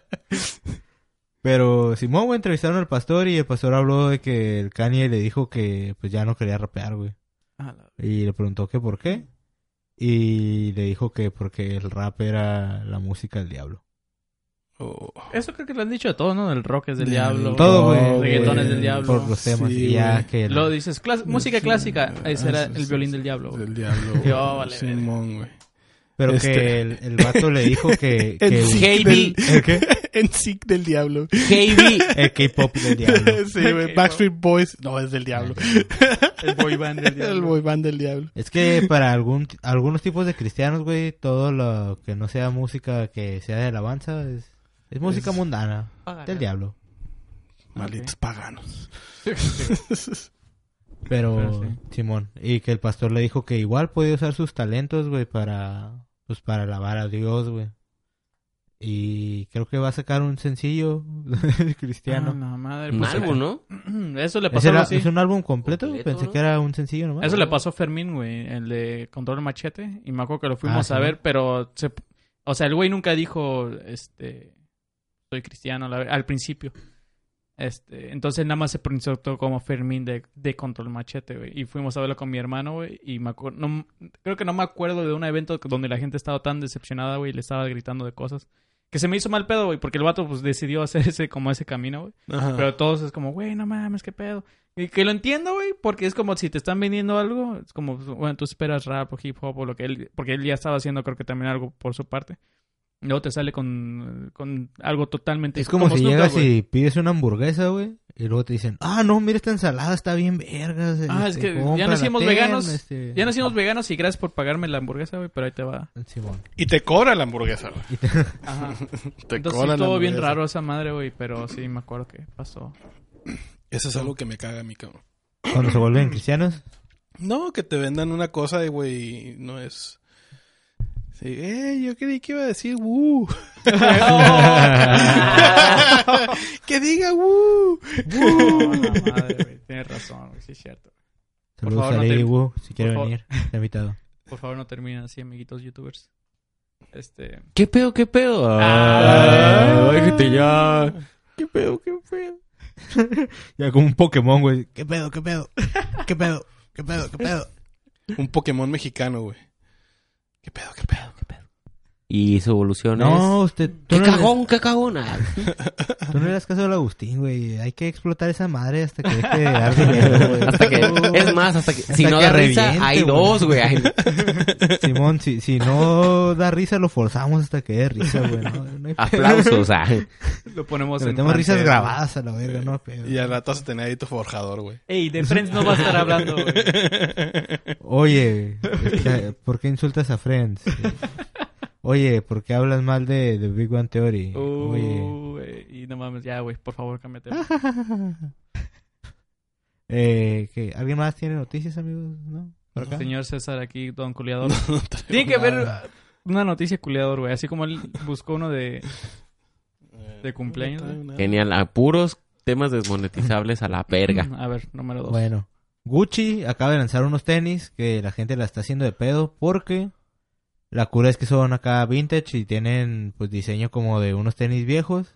Pero Simón, güey, entrevistaron al pastor y el pastor habló de que el Kanye le dijo que pues ya no quería rapear, güey.
A la-
Y le preguntó que por qué. Y le dijo que porque el rap era la música del diablo.
Oh.
Eso creo que lo han dicho de todo, ¿no? Del rock es del
Del
diablo.
Todo, güey.
Reggaetones del
eh,
diablo.
Por los temas.
Sí,
y ya
güey.
que...
Lo dices, clas- música clásica. Ese era el violín del diablo, güey.
Del diablo.
Yo,
güey.
vale,
Simón, güey.
Pero que
este-
el, el vato le dijo que... que
En
el,
sick
Heidi.
del,
¿El qué?
en sick del diablo.
KB.
El K-pop del diablo.
sí, güey.
Ok,
Backstreet Boys. No, es del diablo.
El boy band del
el
diablo.
boy band del diablo.
Es que para algún, algunos tipos de cristianos, güey, todo lo que no sea música que sea de alabanza es, es música
Es-
mundana. Del diablo.
Malditos paganos.
Pero,
Pero sí.
Simón, y que el pastor le dijo que igual podía usar sus talentos, güey, para, pues, para alabar a Dios, güey. Y creo que va a sacar un sencillo
Ah,
cristiano.
la madre,
Un
pues,
álbum, ¿no?
Eso le
¿Es,
pasó
el-
algo así.
es un álbum completo?
Completo,
Pensé
¿no?
que era un sencillo nomás.
Eso le pasó a Fermín, güey, el de Control Machete. Y me acuerdo que lo fuimos
Ah,
a
sí.
ver, pero... Se... O sea, el güey nunca dijo, este... Soy cristiano, la ver- al principio. Este, entonces nada más se presentó como Fermín de, de Control Machete, güey. Y fuimos a verlo con mi hermano, güey. Y me acuerdo, no, creo que no me acuerdo de un evento donde la gente estaba tan decepcionada, güey, y le estaba gritando de cosas. Que se me hizo mal pedo, güey, porque el vato pues decidió hacer ese, como ese camino, güey.
Ajá.
Pero todos es como, güey, no mames, qué pedo. Y que lo entiendo, güey, porque es como si te están vendiendo algo, es como, pues, bueno, tú esperas rap o hip hop o lo que él, porque él ya estaba haciendo, creo que también algo por su parte. Y Luego te sale con, con algo totalmente...
Es como, si
Snoop
llegas
Dogg, güey.
y pides una hamburguesa, güey. Y luego te dicen, ah, no, mira esta ensalada, está bien vergas.
Ah, es que ya
cómprala,
nacimos
ten,
veganos,
este". Ah,
Ya nacimos veganos y gracias por pagarme la hamburguesa, güey, pero ahí te va.
Simón.
Y te cobra la hamburguesa, güey.
Ajá.
Te
Entonces
cobra
sí,
la
todo bien
hamburguesa.
raro esa madre, güey, pero sí me acuerdo que pasó.
Eso es algo que me caga a mí, cabrón.
Cuando se vuelven cristianos.
No, que te vendan una cosa y, güey, no es... Sí, eh, yo creí que iba a decir, uh. que diga, uh.
No, la madre, güey, Tienes razón, güey, sí es cierto. Por
Saludos
favor,
a
no te-
Lady Wu, si quiere
favor.
venir. Está invitado.
Por favor, no terminen así, amiguitos youtubers. Este.
¿Qué pedo, qué pedo?
Ah.
Ay, gente, ya. ¿Qué pedo, qué pedo?
Ya como un Pokémon, güey. ¿Qué pedo, qué pedo? ¿Qué pedo? ¿Qué pedo, qué pedo?
Un Pokémon mexicano, güey. ¿Qué pedo, qué pedo?
Y su evolución
No,
es...
usted... Tú
¡Qué
no, le,
cagón, qué cagón! Ah,
tú no le das caso al Agustín, güey. Hay que explotar esa madre hasta que deje de dar dinero, güey.
Hasta que... Es más, hasta que... si
Hasta
no
que
da risa,
reviente,
hay
güey.
dos, güey. Ay,
Simón, si, si no da risa, lo forzamos hasta que dé risa, güey. No, no hay pedo.
Aplausos, ah.
Lo ponemos
Le
en.
metemos risas
francés,
grabadas a la verga, no hay pedo.
Y al rato vas a tener ahí tu forjador, güey.
güey. Ey, de Friends no va a estar hablando, güey.
Oye, este, ¿por qué insultas a Friends? Oye, ¿por qué hablas mal de, de Big One Theory? Oye.
Uh, güey, Y no mames, ya, güey, por favor, cámbiate.
Ah, Eh, ¿qué? ¿Alguien más tiene noticias, amigos? ¿No? ¿Por acá?
Señor César aquí, don culiador.
No traigo
Tiene que haber
nada.
una noticia culiador, güey. Así como él buscó uno de. de cumpleaños, ¿eh?
No traigo nada.
Genial. A puros temas desmonetizables a la verga.
mm, A ver, número dos.
Bueno, Gucci acaba de lanzar unos tenis que la gente la está haciendo de pedo porque la cura es que son acá vintage y tienen pues diseño como de unos tenis viejos,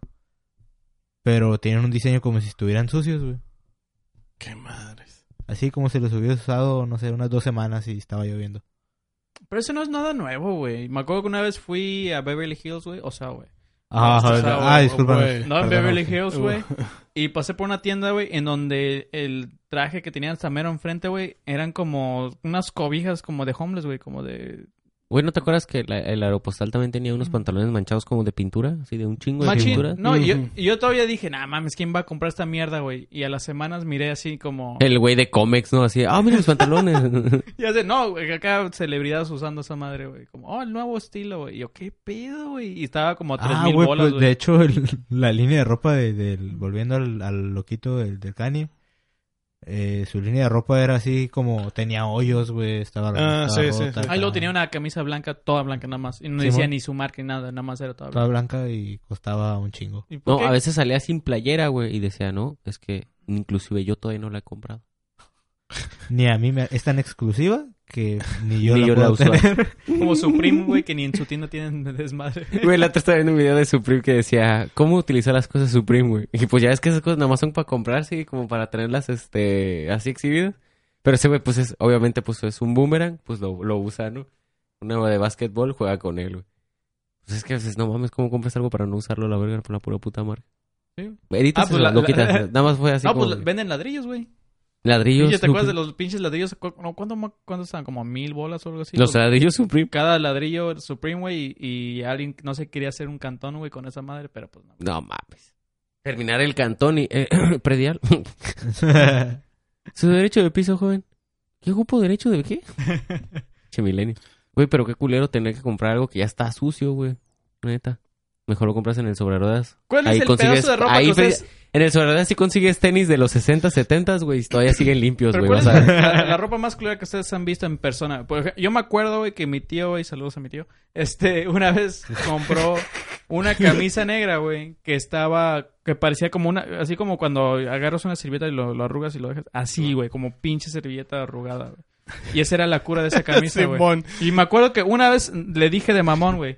pero tienen un diseño como si estuvieran sucios, güey.
Qué madres.
Así como si los hubiera usado, no sé, unas dos semanas y estaba lloviendo.
Pero eso no es nada nuevo, güey. Me acuerdo que una vez fui a Beverly Hills, güey. O sea, güey.
Ah,
o sea,
ah,
o-
discúlpame.
güey.
No, en
Perdón,
Beverly
sí.
Hills, güey. Y pasé por una tienda, güey, en donde el traje que tenían Samero enfrente, güey, eran como unas cobijas como de homeless, güey, como de...
Güey, ¿no te acuerdas que la- el aeropostal también tenía unos pantalones manchados como de pintura? Así de un chingo de
Machín.
pintura.
No, y yo,
Ujú.
y yo todavía dije, nah, mames, ¿quién va a comprar esta mierda, güey? Y a las semanas miré así como...
El güey de cómics, ¿no? Así, ah, mira mis pantalones.
Ya sé, no, güey, acá celebridades usando esa madre, güey. Como, oh, el nuevo estilo, güey. Y yo, ¿qué pedo, güey? Y estaba como a 3,000
Ah, güey,
bolas,
pues,
güey.
de hecho, el- la línea de ropa de- del... Volviendo al, al loquito del, del Kanye, eh, su línea de ropa era así como... Tenía hoyos, güey, estaba,
Ah,
estaba
sí, sí,
rota
sí.
acá,
Ahí luego tenía una camisa blanca, toda blanca nada más. Y no
Sí,
decía
mon.
ni su marca ni nada, nada más era toda
Toda
blanca.
blanca y costaba un chingo.
¿Y por
No,
qué?
a veces salía sin playera, güey. Y decía, no, es que inclusive yo todavía no la he comprado.
Ni a mí me... Es tan exclusiva que ni yo
Ni
la
yo la
puedo
uso.
tener.
Como Supreme, güey, que ni en su tienda tienen desmadre.
Güey, la otra estaba viendo un video de Supreme que decía, ¿cómo utilizar las cosas Supreme, güey? Y pues ya es que esas cosas nada más son para comprarse y como para tenerlas, este, así exhibidas. Pero ese güey, pues es, obviamente, pues es un boomerang, pues lo, lo usa, ¿no? Una de básquetbol juega con él, güey. Pues es que dices, no mames, ¿cómo compras algo para no usarlo a la verga por la pura puta marca?
Sí.
Editas
Ah, pues la-
lo quitas.
la-
nada más fue así
no,
como
pues venden ladrillos, güey.
ladrillos.
Pinches, ¿Te acuerdas de
Supreme.
los pinches ladrillos? Cu- no, ¿Cuánto, ma- cuánto estaban? ¿Como mil bolas o algo así?
Los ladrillos Supreme.
Cada ladrillo era Supreme, güey, y, y alguien, no sé, quería hacer un cantón, güey, con esa madre, pero pues no.
No mames. Terminar el cantón y... eh, predial. Su derecho de piso, joven. ¿Qué ocupo derecho de qué? che, milenio. Güey, pero qué culero tener que comprar algo que ya está sucio, güey. Neta. Mejor lo compras en el sobre ruedas.
¿Cuál
Ahí
es el
consigues-
pedazo de ropa
ahí
que ustedes...
En el sobre ruedas sí consigues tenis de los 60, 70, güey. y Todavía siguen limpios,
Pero
güey.
¿cuál
Vas
es
a ver.
la, la ropa más culera que ustedes han visto en persona? Por ejemplo, yo me acuerdo, güey, que mi tío, güey, saludos a mi tío, este, una vez compró una camisa negra, güey, que estaba, que parecía como una, así como cuando agarras una servilleta y lo, lo arrugas y lo dejas, así, güey, como pinche servilleta arrugada, güey. Y esa era la cura de esa camisa, güey.
Simón.
Y me acuerdo que una vez le dije de mamón, güey.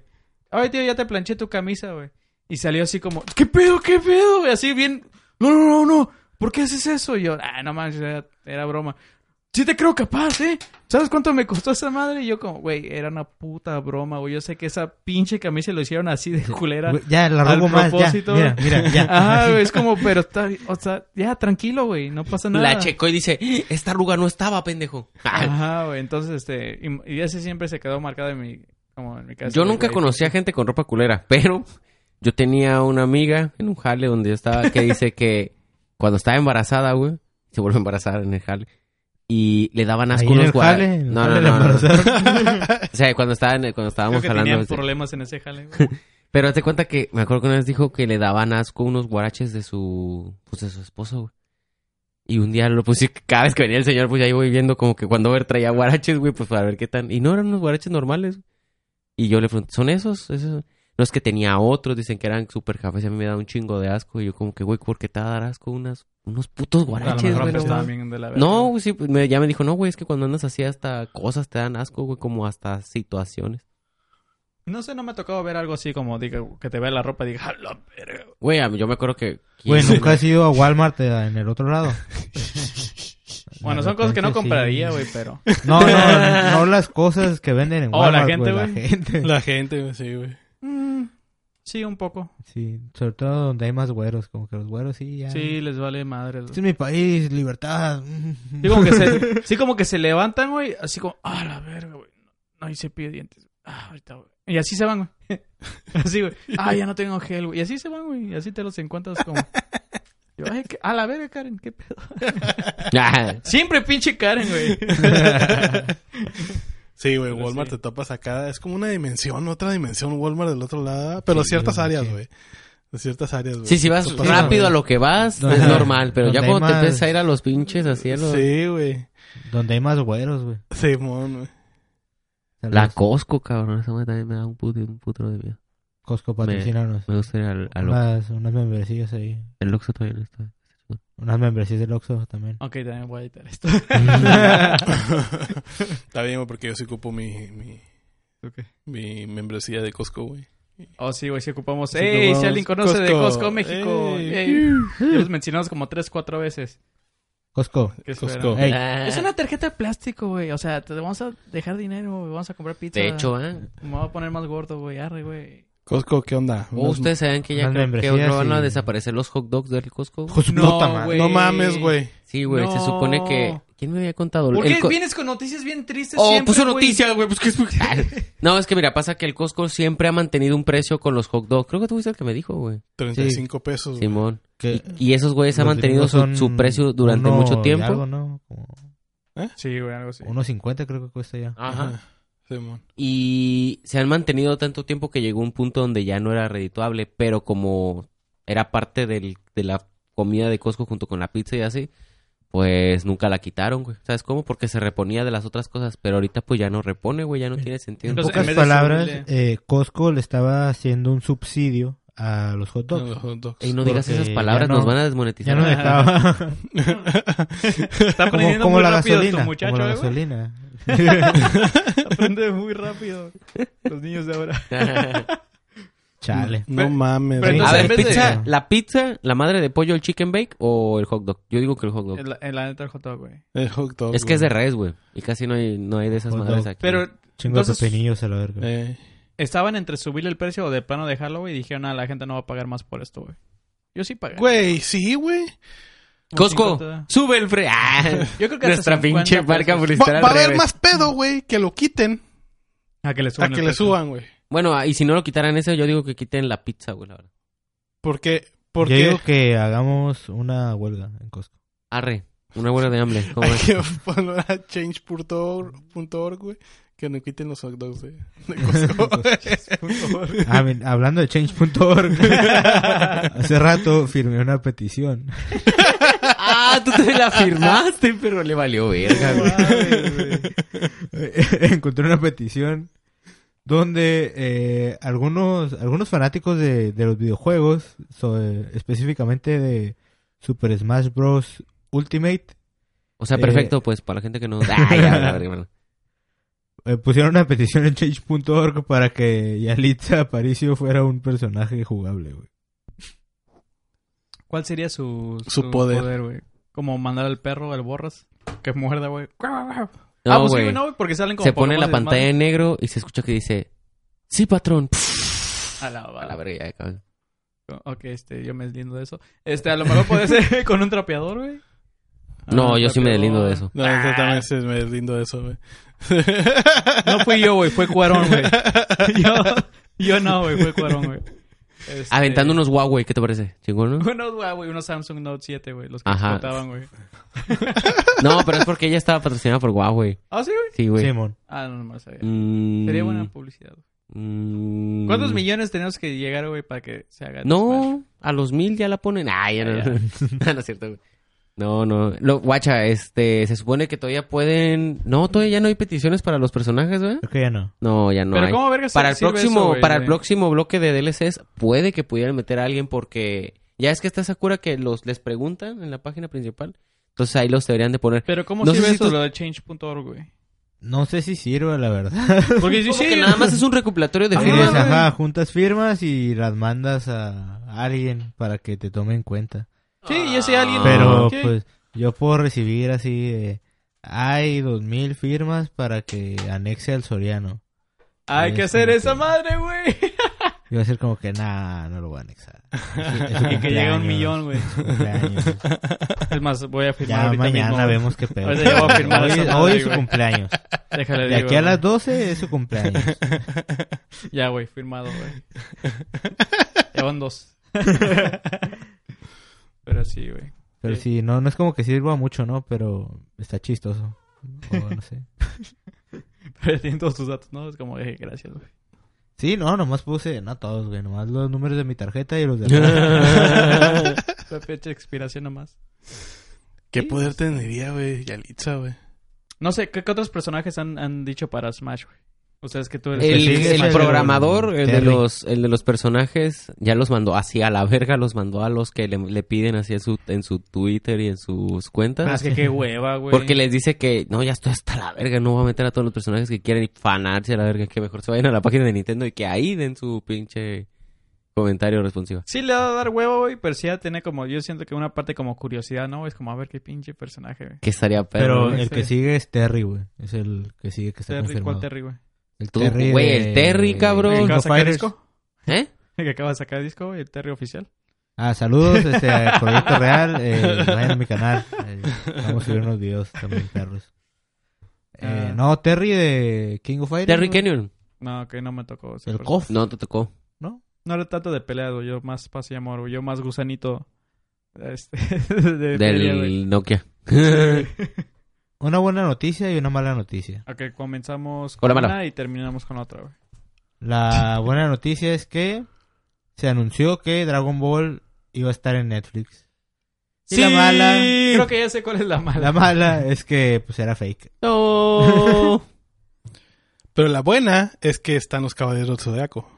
Ay, tío, ya te planché tu camisa, güey. Y salió así como, ¿qué pedo, qué pedo? güey? Así bien, no, no, no, no. ¿Por qué haces eso? Y yo, ah, no manches, era, era broma. sí te creo capaz, ¿eh? ¿Sabes cuánto me costó esa madre? Y yo como, güey, era una puta broma, güey. Yo sé que esa pinche camisa lo hicieron así de culera.
Güey, Ya, la
Al
robo más. Ya.
propósito.
Mira, mira, ya.
Ajá,
Así.
güey, es como, pero está, bien, o sea, ya, tranquilo, güey, no pasa nada.
La checó y dice, esta arruga no estaba, pendejo.
Ajá, güey, entonces, este, y, y ese siempre se quedó marcado en mi, como en mi casa.
Yo nunca conocí a gente con ropa culera, pero yo tenía una amiga en un jale donde yo estaba que dice que cuando estaba embarazada, güey, se vuelve embarazada en el jale y le daban asco
Ahí en
unos
el
guara-
jale, en el
No, no,
jale
no,
la
no.
embarazaron.
O sea, cuando estaban cuando estábamos
Creo que
jalando,
tenían
este,
problemas en ese jale, güey.
pero te cuenta que me acuerdo que una vez dijo que le daban asco unos guaraches de su pues de su esposo, güey. Y un día lo puse, cada vez que venía el señor, pues ahí voy viendo como que cuando ver traía guaraches, güey, pues para ver qué tan. Y no eran unos guaraches normales. güey. Y yo le pregunté, ¿son esos? ¿Esos? No es que tenía otros, dicen que eran super cafés, y a mí me da un chingo de asco. Y yo como que, güey, ¿por qué te va a dar asco unas, unos putos
A lo
guaraches,
mejor
güey? no
apestaban
mames?
bien de la verga.
No, güey, sí, pues, me- ya me dijo, no, güey, es que cuando andas así hasta cosas te dan asco, güey, como hasta situaciones.
No sé, no me ha tocado ver algo así como, diga, que te vea la ropa y diga, "A la verga, güey".
Güey, a mí- yo me acuerdo que...
Güey, nunca has ido a Walmart eh, en el otro lado.
Bueno,
De
son cosas que no
repente, sí.
compraría, güey, pero.
No, no, no las cosas que venden en
Oh, la
Walmart.
gente,
güey,
güey.
La gente.
La gente, güey, sí, güey.
mm, sí, un poco.
Sí, sobre todo donde hay más güeros. Como que los güeros sí, ya.
Sí, les vale madre. güey.
Este es mi país, libertad.
Sí, como que se, sí, como que se levantan, güey, así como, ah, la verga, güey. No hice cepillo de dientes. Ah, ahorita, güey. Y así se van, güey. Así, güey. Ah, ya no tengo gel, güey. Y así se van, güey. Y así te los encuentras como. Yo, ay, qué- a la verga, Karen, qué pedo. Siempre pinche Karen, güey.
Sí, güey,
Pero
Walmart
sí.
te topas acá. Es como una dimensión, otra dimensión Walmart del otro lado. Pero
Sí,
ciertas
sí.
áreas, güey. De ciertas áreas, güey.
Sí, si vas
Pues
Te topas
rápido a
con-
lo que vas,
Donde-
es normal, pero ya
donde
cuando
hay
te
más-
empiezas a ir a los pinches así a los-
Sí, güey.
Donde hay más güeros, güey.
Simón, güey.
O sea,
La
los
Costco, cabrón, esa madre también me da un puto, un putro de miedo.
Costco patrocinanos.
Me gusta ir al, al Oxxo.
Unas, unas membresías ahí.
El Oxxo todavía no está.
Unas membresías del Oxxo también.
Ok, también voy a editar esto.
Está bien, güey, porque yo sí ocupo mi, mi, mi membresía de Costco, güey.
Oh, sí, güey, si ocupamos.
Sí,
¡Ey!
ocupamos
Si alguien conoce de
Costco.
Costco México.
Ey.
ey. Ya los mencionamos como tres, cuatro veces.
Costco.
Que
Costco.
fueran.
Ey,
Ah,
Es una tarjeta de plástico, güey. O sea, te vamos a dejar dinero, güey. Vamos a comprar pizza.
De hecho, ¿eh?
Me voy a poner más gordo, güey. Arre, güey.
Costco, ¿qué onda?
¿O Oh, ustedes saben que ya
unas
creo que
membresías
no van a
y-
desaparecer los hot dogs del Costco?
Hijo de su
No,
puta madre.
güey.
No mames, güey.
Sí, güey, se
No.
supone que... ¿Quién me había contado?
¿Por
El
qué
co-
vienes con noticias bien tristes
Oh,
siempre,
puso
güey?
noticias, güey. Pues que es... no, es que mira, pasa que el Costco siempre ha mantenido un precio con los hot dogs. Creo que tú fuiste el que me dijo, güey.
35 pesos, güey.
Simón.
Que
Y esos güeyes han
Eh, los
mantenido
gringos
su,
son
su precio durante
uno
mucho
y
tiempo.
algo, ¿no? Como
Sí, güey, algo así.
1.50 creo que cuesta ya.
Ajá.
Simón.
Y se han mantenido tanto tiempo que llegó un punto donde ya no era redituable, pero como era parte del, de la comida de Costco junto con la pizza y así, pues nunca la quitaron, güey. ¿Sabes cómo? Porque se reponía de las otras cosas, pero ahorita pues ya no repone, güey, ya no tiene sentido.
En
Entonces, en
pocas
vez de
palabras,
subirle-
eh, Costco le estaba haciendo un subsidio a los hot dogs.
Los hot dogs.
Ey, no digas
porque
esas palabras,
ya no-
nos van a
Ya
desmonetizar.
no dejaba.
Está
como
aprendiendo
como
muy
la
rápido
gasolina.
tu muchacho,
como la
eh, güey.
gasolina.
Aprende muy rápido. Los niños de ahora.
Chale.
No
Pero-
mames.
pero
güey.
a
entonces, en vez
ver,
de-
pizza, la pizza, la madre de pollo, el chicken bake o el hot dog. Yo digo que el hot dog.
En la, en la neta del hot dog, güey.
El hot dog.
Es que es de
güey.
res, güey. Y casi no hay, no hay de esas
Hot
madres
dog.
aquí.
Pero
Chingo de
Entonces-
pepinillos a la verga.
Eh,
estaban entre subirle el precio o de plano dejarlo, güey. Y dijeron, ah, la gente no va a pagar más por esto, güey. Yo sí pagué.
Güey, sí, güey.
Como
Costco,
50.
sube el fre... Ah,
Yo creo que hasta
Nuestra
50
pinche marca
pesos.
Va,
publicitaria
va a
al
haber
revés.
más pedo, güey, que lo quiten
A que le
a
suban.
que
el
le
precio.
suban, güey.
Bueno, ah, y si no lo quitaran eso, yo digo que quiten la pizza, güey, la verdad.
Porque,
Yo
porque
digo que hagamos una huelga en Costco.
Arre, una buena de hambre. ¿cómo
hay
es?
que poner a change.org, güey, que no quiten los hot dogs de, de Costco.
Ah, men, hablando de change.org, hace rato firmé una petición.
ah, tú te la firmaste, pero le valió verga, güey.
Encontré una petición donde eh, algunos, algunos fanáticos de, de los videojuegos, so- eh, específicamente de Super Smash Bros. Ultimate,
O sea,
Eh,
perfecto, pues, para la gente que no... Ah, ya, la verga, bueno.
eh, pusieron una petición en change.org para que Yalitza Aparicio fuera un personaje jugable, güey.
¿Cuál sería su,
Su poder.
güey? Como mandar al perro al borras. que muerda, güey. ah,
No,
pues sí,
güey.
güey, no, güey, porque salen como
se pone
Pokémon
la
de
pantalla
desmadre.
en negro y se escucha que dice, sí, patrón.
A la,
A la verga, ya, cabrón.
Ok, este, yo me deslindo de eso. Este, a lo mejor puede ser con un trapeador, güey.
No,
Ah,
yo sí me deslindo de eso.
No, yo también se me deslindo de eso, güey.
No fui yo, güey, fue Cuarón, güey. Yo, yo no, güey, fue Cuarón, güey. Este,
Aventando unos Huawei, ¿qué te parece? ¿Chingón, no?
Unos, ah, güey, unos Samsung Note 7, güey, los que
Ajá.
explotaban, güey.
No, pero es porque ella estaba patrocinada por Huawei.
Ah, sí, güey.
Sí, güey.
Simón.
Ah, no, no me lo sabía.
Mm,
Sería buena publicidad. güey.
mm,
¿Cuántos millones tenemos que llegar, güey, para que se haga? Smash?
No, a los mil ya la ponen. Ah, ya no.
Ah,
no, no es cierto, güey. No, no. Lo, guacha, este, se supone que todavía pueden... No, todavía ya no hay peticiones para los personajes, güey.
Creo que ya no.
No, ya no
Pero
hay.
¿cómo verga
para el
sirve
próximo,
eso, güey,
para el
de-
próximo bloque de DLCs puede que pudieran meter a alguien porque ya es que está Sakura que los les preguntan en la página principal. Entonces ahí los deberían de poner.
Pero ¿cómo
No
sirve
sé si
eso
tú-
lo de change.org, güey?
No sé si sirve, la verdad.
Porque sí,
Como
sí.
que nada más es un recopilatorio de
Ah,
Sí, es,
firmas.
güey.
ajá, juntas firmas y las mandas a alguien para que te tome en cuenta.
Sí, y ese alguien.
Pero
¿qué?
pues yo puedo recibir así de, hay dos mil firmas para que anexe al Soriano.
Hay que hacer esa madre, güey.
Yo voy a ser como que nah, no lo voy a anexar.
Y que llegue a un millón, güey.
güey.
Es más, voy a firmar
Ya
ahorita
mañana
mismo.
vemos qué pedo.
Ahorita ya voy a firmar
hoy,
esa
hoy
madre,
es su
güey.
cumpleaños.
Déjale
De
digo,
aquí a
güey.
las 12 es su cumpleaños.
Ya, güey, firmado, güey. Ya van dos. Pero sí, güey.
Pero
Sí.
sí, no, no es como que sirva mucho, ¿no? Pero está chistoso. O no sé.
Pero tienen todos tus datos, ¿no? Es como, eh, gracias, güey.
Sí, no, nomás puse, no todos, güey, nomás los números de mi tarjeta y los de...
La fecha de expiración nomás.
¿Qué
pues.
poder tendría, güey? Yalitza, güey.
No sé, ¿qué, qué otros personajes han, han dicho para Smash, güey? Ustedes que tú eres...
El,
Sí, sí,
el
sí,
programador,
sí,
el de
Terry.
los, el de los personajes, ya los mandó así a la verga, los mandó a los que le, le piden así en su, en su Twitter y en sus
Ah,
cuentas.
es que qué hueva, güey.
Porque les dice que no, ya estoy hasta la verga, no voy a meter a todos los personajes que quieren y fanarse a la verga, que mejor se vayan a la página de Nintendo y que ahí den su pinche comentario responsivo.
Sí le va a dar huevo, güey, pero sí ya tiene como... Yo siento que una parte como curiosidad, ¿no? Es como, a ver qué pinche personaje, güey.
Que estaría
Pero
perro.
el que
Sí.
sigue es Terry, güey. Es el que sigue que está
Terry,
confirmado.
¿cuál Terry, güey?
El
Tú, güey, el Terry, cabrón.
¿El
King
que
of
acaba de sacar
Fighters.
disco?
¿Eh?
¿El que acaba de sacar disco, güey? ¿El Terry oficial?
Ah, saludos, este, a Proyecto Real. eh, vayan a mi canal. eh, vamos a subir unos videos también, perros. Eh,
Ah.
No, Terry de King of Fighters.
Terry
güey.
Kenyon.
No, que no me tocó. ese
El
personaje.
Kof.
No te tocó.
No era tanto de peleas, güey. Yo más paz y amor, güey. Yo más gusanito. Este, de pelea, güey.
Del Nokia.
Una buena noticia y una mala noticia.
Ok, comenzamos
Hola,
con
mala.
una y terminamos con otra, güey.
La buena noticia es que se anunció que Dragon Ball iba a estar en Netflix. Y la mala.
Creo que ya sé cuál es la mala.
La mala es que pues era fake.
No.
Pero la buena es que están los caballeros zodiaco.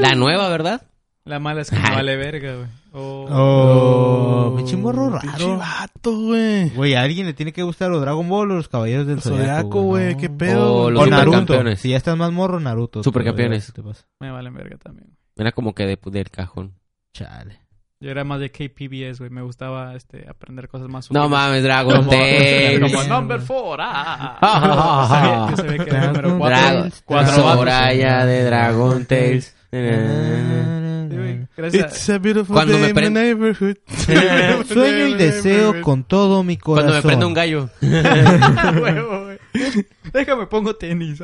La nueva, ¿verdad?
La mala es que no vale verga, güey. O-
Oh, pinche morro
Pinche
raro.
vato, güey.
Güey, a alguien le tiene que gustar los Dragon Ball o los Caballeros del
Zodiaco, güey,
¿no?
qué pedo.
O
güey.
los
O Naruto.
supercampeones.
Si ya estás más morro, Naruto.
Supercampeones.
Pero, ¿qué te pasa?
Me valen verga también.
Era como que de, del cajón.
Chale.
Yo era más de KPBS, güey. Me gustaba este, aprender cosas más
No
sutiles.
mames, Dragon
Como,
Tales.
como number four, ah.
Ah.
Yo sabía que era el número cuatro.
Dragon.
Cuatro vatos.
Soraya de Dragon Tales.
Sí,
Mm.
güey. Gracias.
It's a beautiful
Cuando me
day in
pre-
the neighborhood.
Sueño y deseo con todo mi corazón.
Cuando me prende un gallo.
Ah, huevo, güey. Déjame pongo tenis.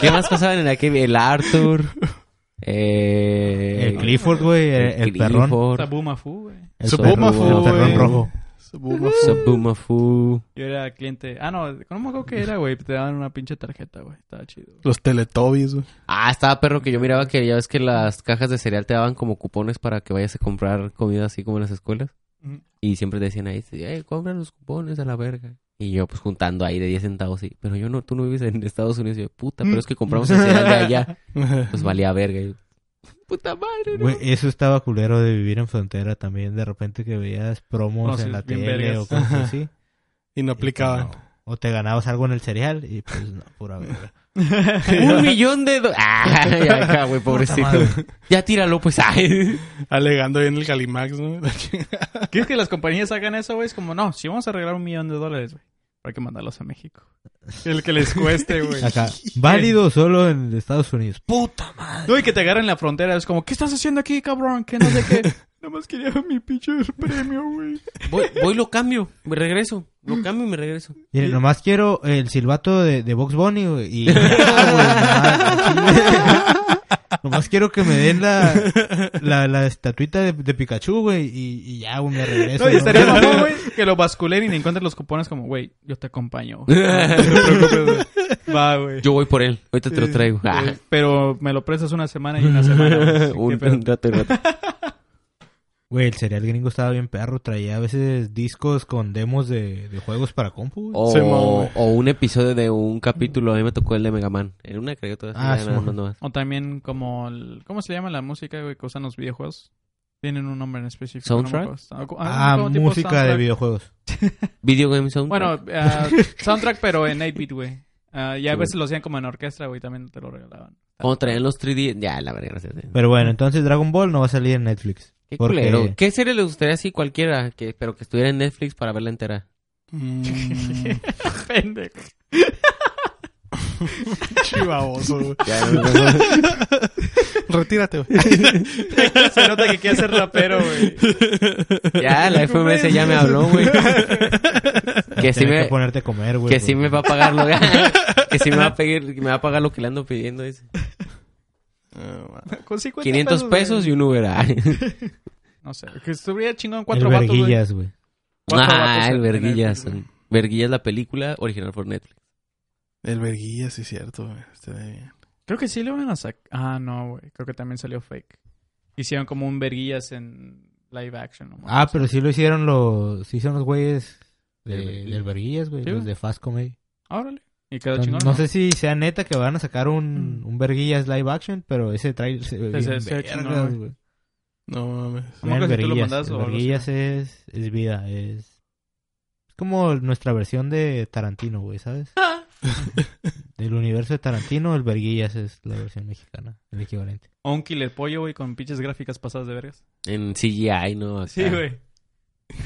¿Qué más pasaban en aquel? El Arthur. Eh,
El Clifford, güey, el, el perrón.
Clifford,
Tabumafu, güey.
El
Subumafu,
perrón, el perrón
güey.
rojo.
Subumafu.
Sabumafu.
Yo era cliente. Ah, no, ¿cómo me acuerdo que era, güey? Te daban una pinche tarjeta, güey. Estaba chido.
Los Teletubbies, güey.
Ah, estaba perro que yo miraba que ya ves que las cajas de cereal te daban como cupones para que vayas a comprar comida así como en las escuelas.
Ujú.
Y siempre te decían ahí, eh, compra los cupones a la verga. Y yo pues juntando ahí de 10 centavos y, pero yo no, tú no vives en Estados Unidos. Y yo, puta, pero es que compramos el cereal de allá. Pues valía verga. Y yo, puta madre, ¿no?
Güey, eso estaba culero de vivir en frontera también. De repente que veías promos
No, sí,
en la
bien
tele
vergas.
o cosas así.
Y no
Y, pues,
aplicaban.
no. O te ganabas algo en el cereal y pues no, pura verga.
Un millón de dólares. Ah, ya, acá, güey, pobrecito.
madre.
Ya tíralo, pues. Ay.
Alegando ahí en el Calimax, ¿no?
¿Quieres que las compañías hagan eso, güey? Es como, no, si vamos a arreglar un millón de dólares, güey, hay que mandarlos a México. El que les cueste, güey.
Acá, válido solo en Estados Unidos. Puta madre.
No, y que te agarren la frontera. Es como, ¿qué estás haciendo aquí, cabrón? Que no sé qué. Nada más quería mi pinche premio, güey.
Voy, voy, lo cambio. Me regreso. Lo cambio y me regreso.
Mire, nomás quiero el silbato de, de Box Bunny güey, y... Ah, güey, nomás- nomás quiero que me den la, la, la estatuita de, de Pikachu, güey, y, y ya, güey, me regreso.
No, y
¿no?
estaría mamón, güey, que lo basculen y le encuentren los cupones como, güey, yo te acompaño. güey. No te preocupes, güey. Va, güey.
Yo voy por él. Ahorita te lo traigo. Ah.
Eh, Pero me lo prestas una semana y una semana. güey. Así que,
Un,
pero-
un rato, un rato.
Güey, el cereal gringo estaba bien perro, traía a veces discos con demos de, de juegos para compu,
Oh,
güey.
Sí,
O,
mo,
o un episodio de un capítulo. A mí me tocó el de Mega Man. En una creo todas.
Ah,
ya
sí,
nada
mo.
más, nada más.
O también como, el- ¿cómo se llama la música, güey, que usan los videojuegos? Tienen un nombre en específico. no me
¿Soundtrack?
acuerdo. Ah, como
Ah,
tipo
música de
soundtrack.
videojuegos.
Video Game Sound.
Bueno, ah, soundtrack pero en 8-bit, güey. Ah, y a
Sí.
veces lo hacían como en orquesta, güey, también te lo regalaban.
Como traían los 3D. Ya, la verdad, gracias. eh.
Pero bueno, entonces Dragon Ball no va a salir en Netflix.
Qué
porque-
culero. ¿Qué serie le gustaría así cualquiera? Que, pero que estuviera en Netflix para verla entera.
Mm,
Pendejo.
chivaboso, güey.
Ya, no, no, no.
Retírate, güey.
Se nota que quiere ser rapero, güey.
Ya, la FMS ya me habló, güey. Que sí
Tienes
me,
que ponerte a comer, güey.
que sí
porque-
me va a pagar lo que sí me va a pedir, me va a pagar lo que le ando pidiendo, dice.
Ah, va.
Con 50
500 pesos y un Uber. Ah,
güey. No sé, que estuviera chingón
El
cuatro vatos, güey.
verguillas, güey.
Cuatro vatos
Ah,
en-
el
en
Verguillas.
Netflix,
Verguillas la película original por Netflix.
El verguilla, sí, cierto, güey. Estaría bien.
Creo que sí le van a sacar. Ah, no, güey. Creo que también salió fake. Hicieron como un verguillas en live action. ¿no?
Ah, pero sí lo hicieron los... Sí son los güeyes de,
Del-
del verguillas, güey.
Sí,
los
güey.
de Fast Comedy.
Ah, Órale. Y quedó
No,
chingón.
no sé si sea neta que van a sacar un, un verguillas live action, pero ese trailer se ve
Sí,
bien
se- se ve
vergas,
chingón, güey.
güey.
No mames.
Como
Vean
que si tú lo
Verguillas.
mandas o
El
algo así.
Verguillas es, es vida, es... es como nuestra versión de Tarantino, güey, ¿sabes? Del universo de Tarantino, el Verguillas es la versión mexicana, el equivalente.
O un killer pollo, güey, con pinches gráficas pasadas de vergas.
En CGI, ¿no? Acá.
Sí, güey.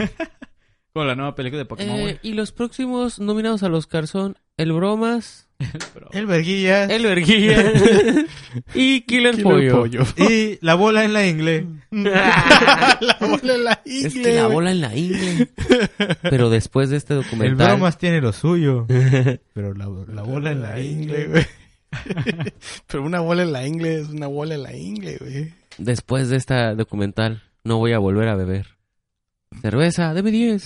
como la nueva película de Pokémon, güey.
Eh, y los próximos nominados al Oscar son El Bromas,
Pero-
El Verguillas
El Verguillas y Killer,
Kilo de
Pollo.
pollo.
y la bola en la inglés.
la bola en la
es que la bola en la ingle. Pero después de este
El
documental...
bromas tiene lo suyo, pero la, la bola en la
ingle,
ingle.
güey. Pero una bola en la ingle es una bola en la ingle, güey.
después de esta documental, no voy a volver a beber. Cerveza, deme 10.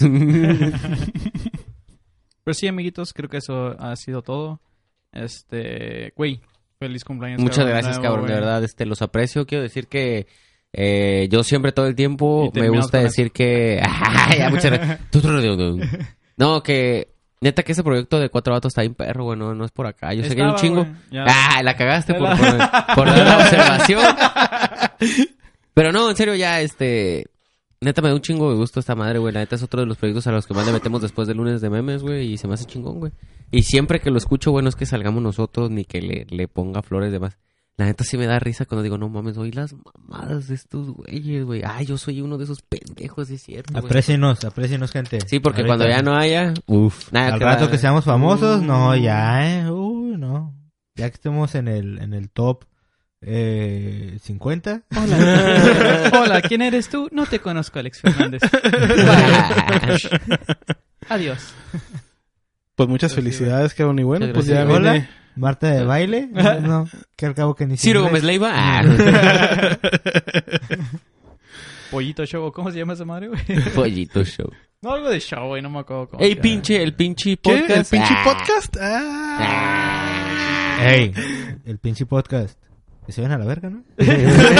Pero sí, amiguitos, creo que eso ha sido todo. Este, güey, feliz cumpleaños.
Muchas
cabrón,
gracias,
nuevo,
cabrón.
güey.
De verdad, este, los aprecio. Quiero decir que eh, yo siempre, todo el tiempo,
Y
me
terminamos
gusta
con
decir que... Ya, muchas gracias. No, que... Neta que ese proyecto de Cuatro Vatos está bien perro, güey. No, no es por acá. Yo sé que hay un
Estaba,
chingo.
güey, ya.
Ah, la cagaste
Ya
por,
la-
por, por dar la observación. Pero no, en serio, ya, este... Neta, me da un chingo de gusto esta madre, güey. La neta es otro de los proyectos a los que más le metemos después del lunes de memes, güey. Y se me hace chingón, güey. Y siempre que lo escucho, güey, no es que salgamos nosotros ni que le, le ponga flores de más. La neta sí me da risa cuando digo, no mames, oí las mamadas de estos güeyes, güey. Ah, yo soy uno de esos pendejos, es cierto, güey.
Aprécienos, aprécienos, gente.
Sí, porque
Ahorita,
cuando ya no haya... Uf. Nada,
Al
que
rato
va-
que seamos famosos, no,
Uh.
ya, eh. Uy, no. Ya que estemos en el, en el top eh, 50.
Hola. Hola, ¿quién eres tú? No te conozco, Alex Fernández. Adiós.
Pues muchas
Sí,
felicidades, cabrón. Y bueno,
Muchas
pues ya
gracias.
Hola.
viene.
Marta de baile. No, que al cabo que ni
Ciro
siquiera-
Gómez Leiva. Ah,
Pollito Show, ¿cómo se llama esa madre, güey?
pollito show.
No, algo de show, güey, no me acuerdo cómo.
Ey,
se
pinche, el pinche
¿Qué?
podcast.
¿El pinche
Ah.
podcast? Ah.
Ah.
Ey, el pinche podcast. Que se ven a la verga, ¿no?
llama.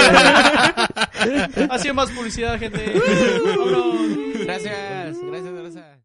Ha sido más publicidad, gente. Vámonos.
Gracias, gracias, gracias.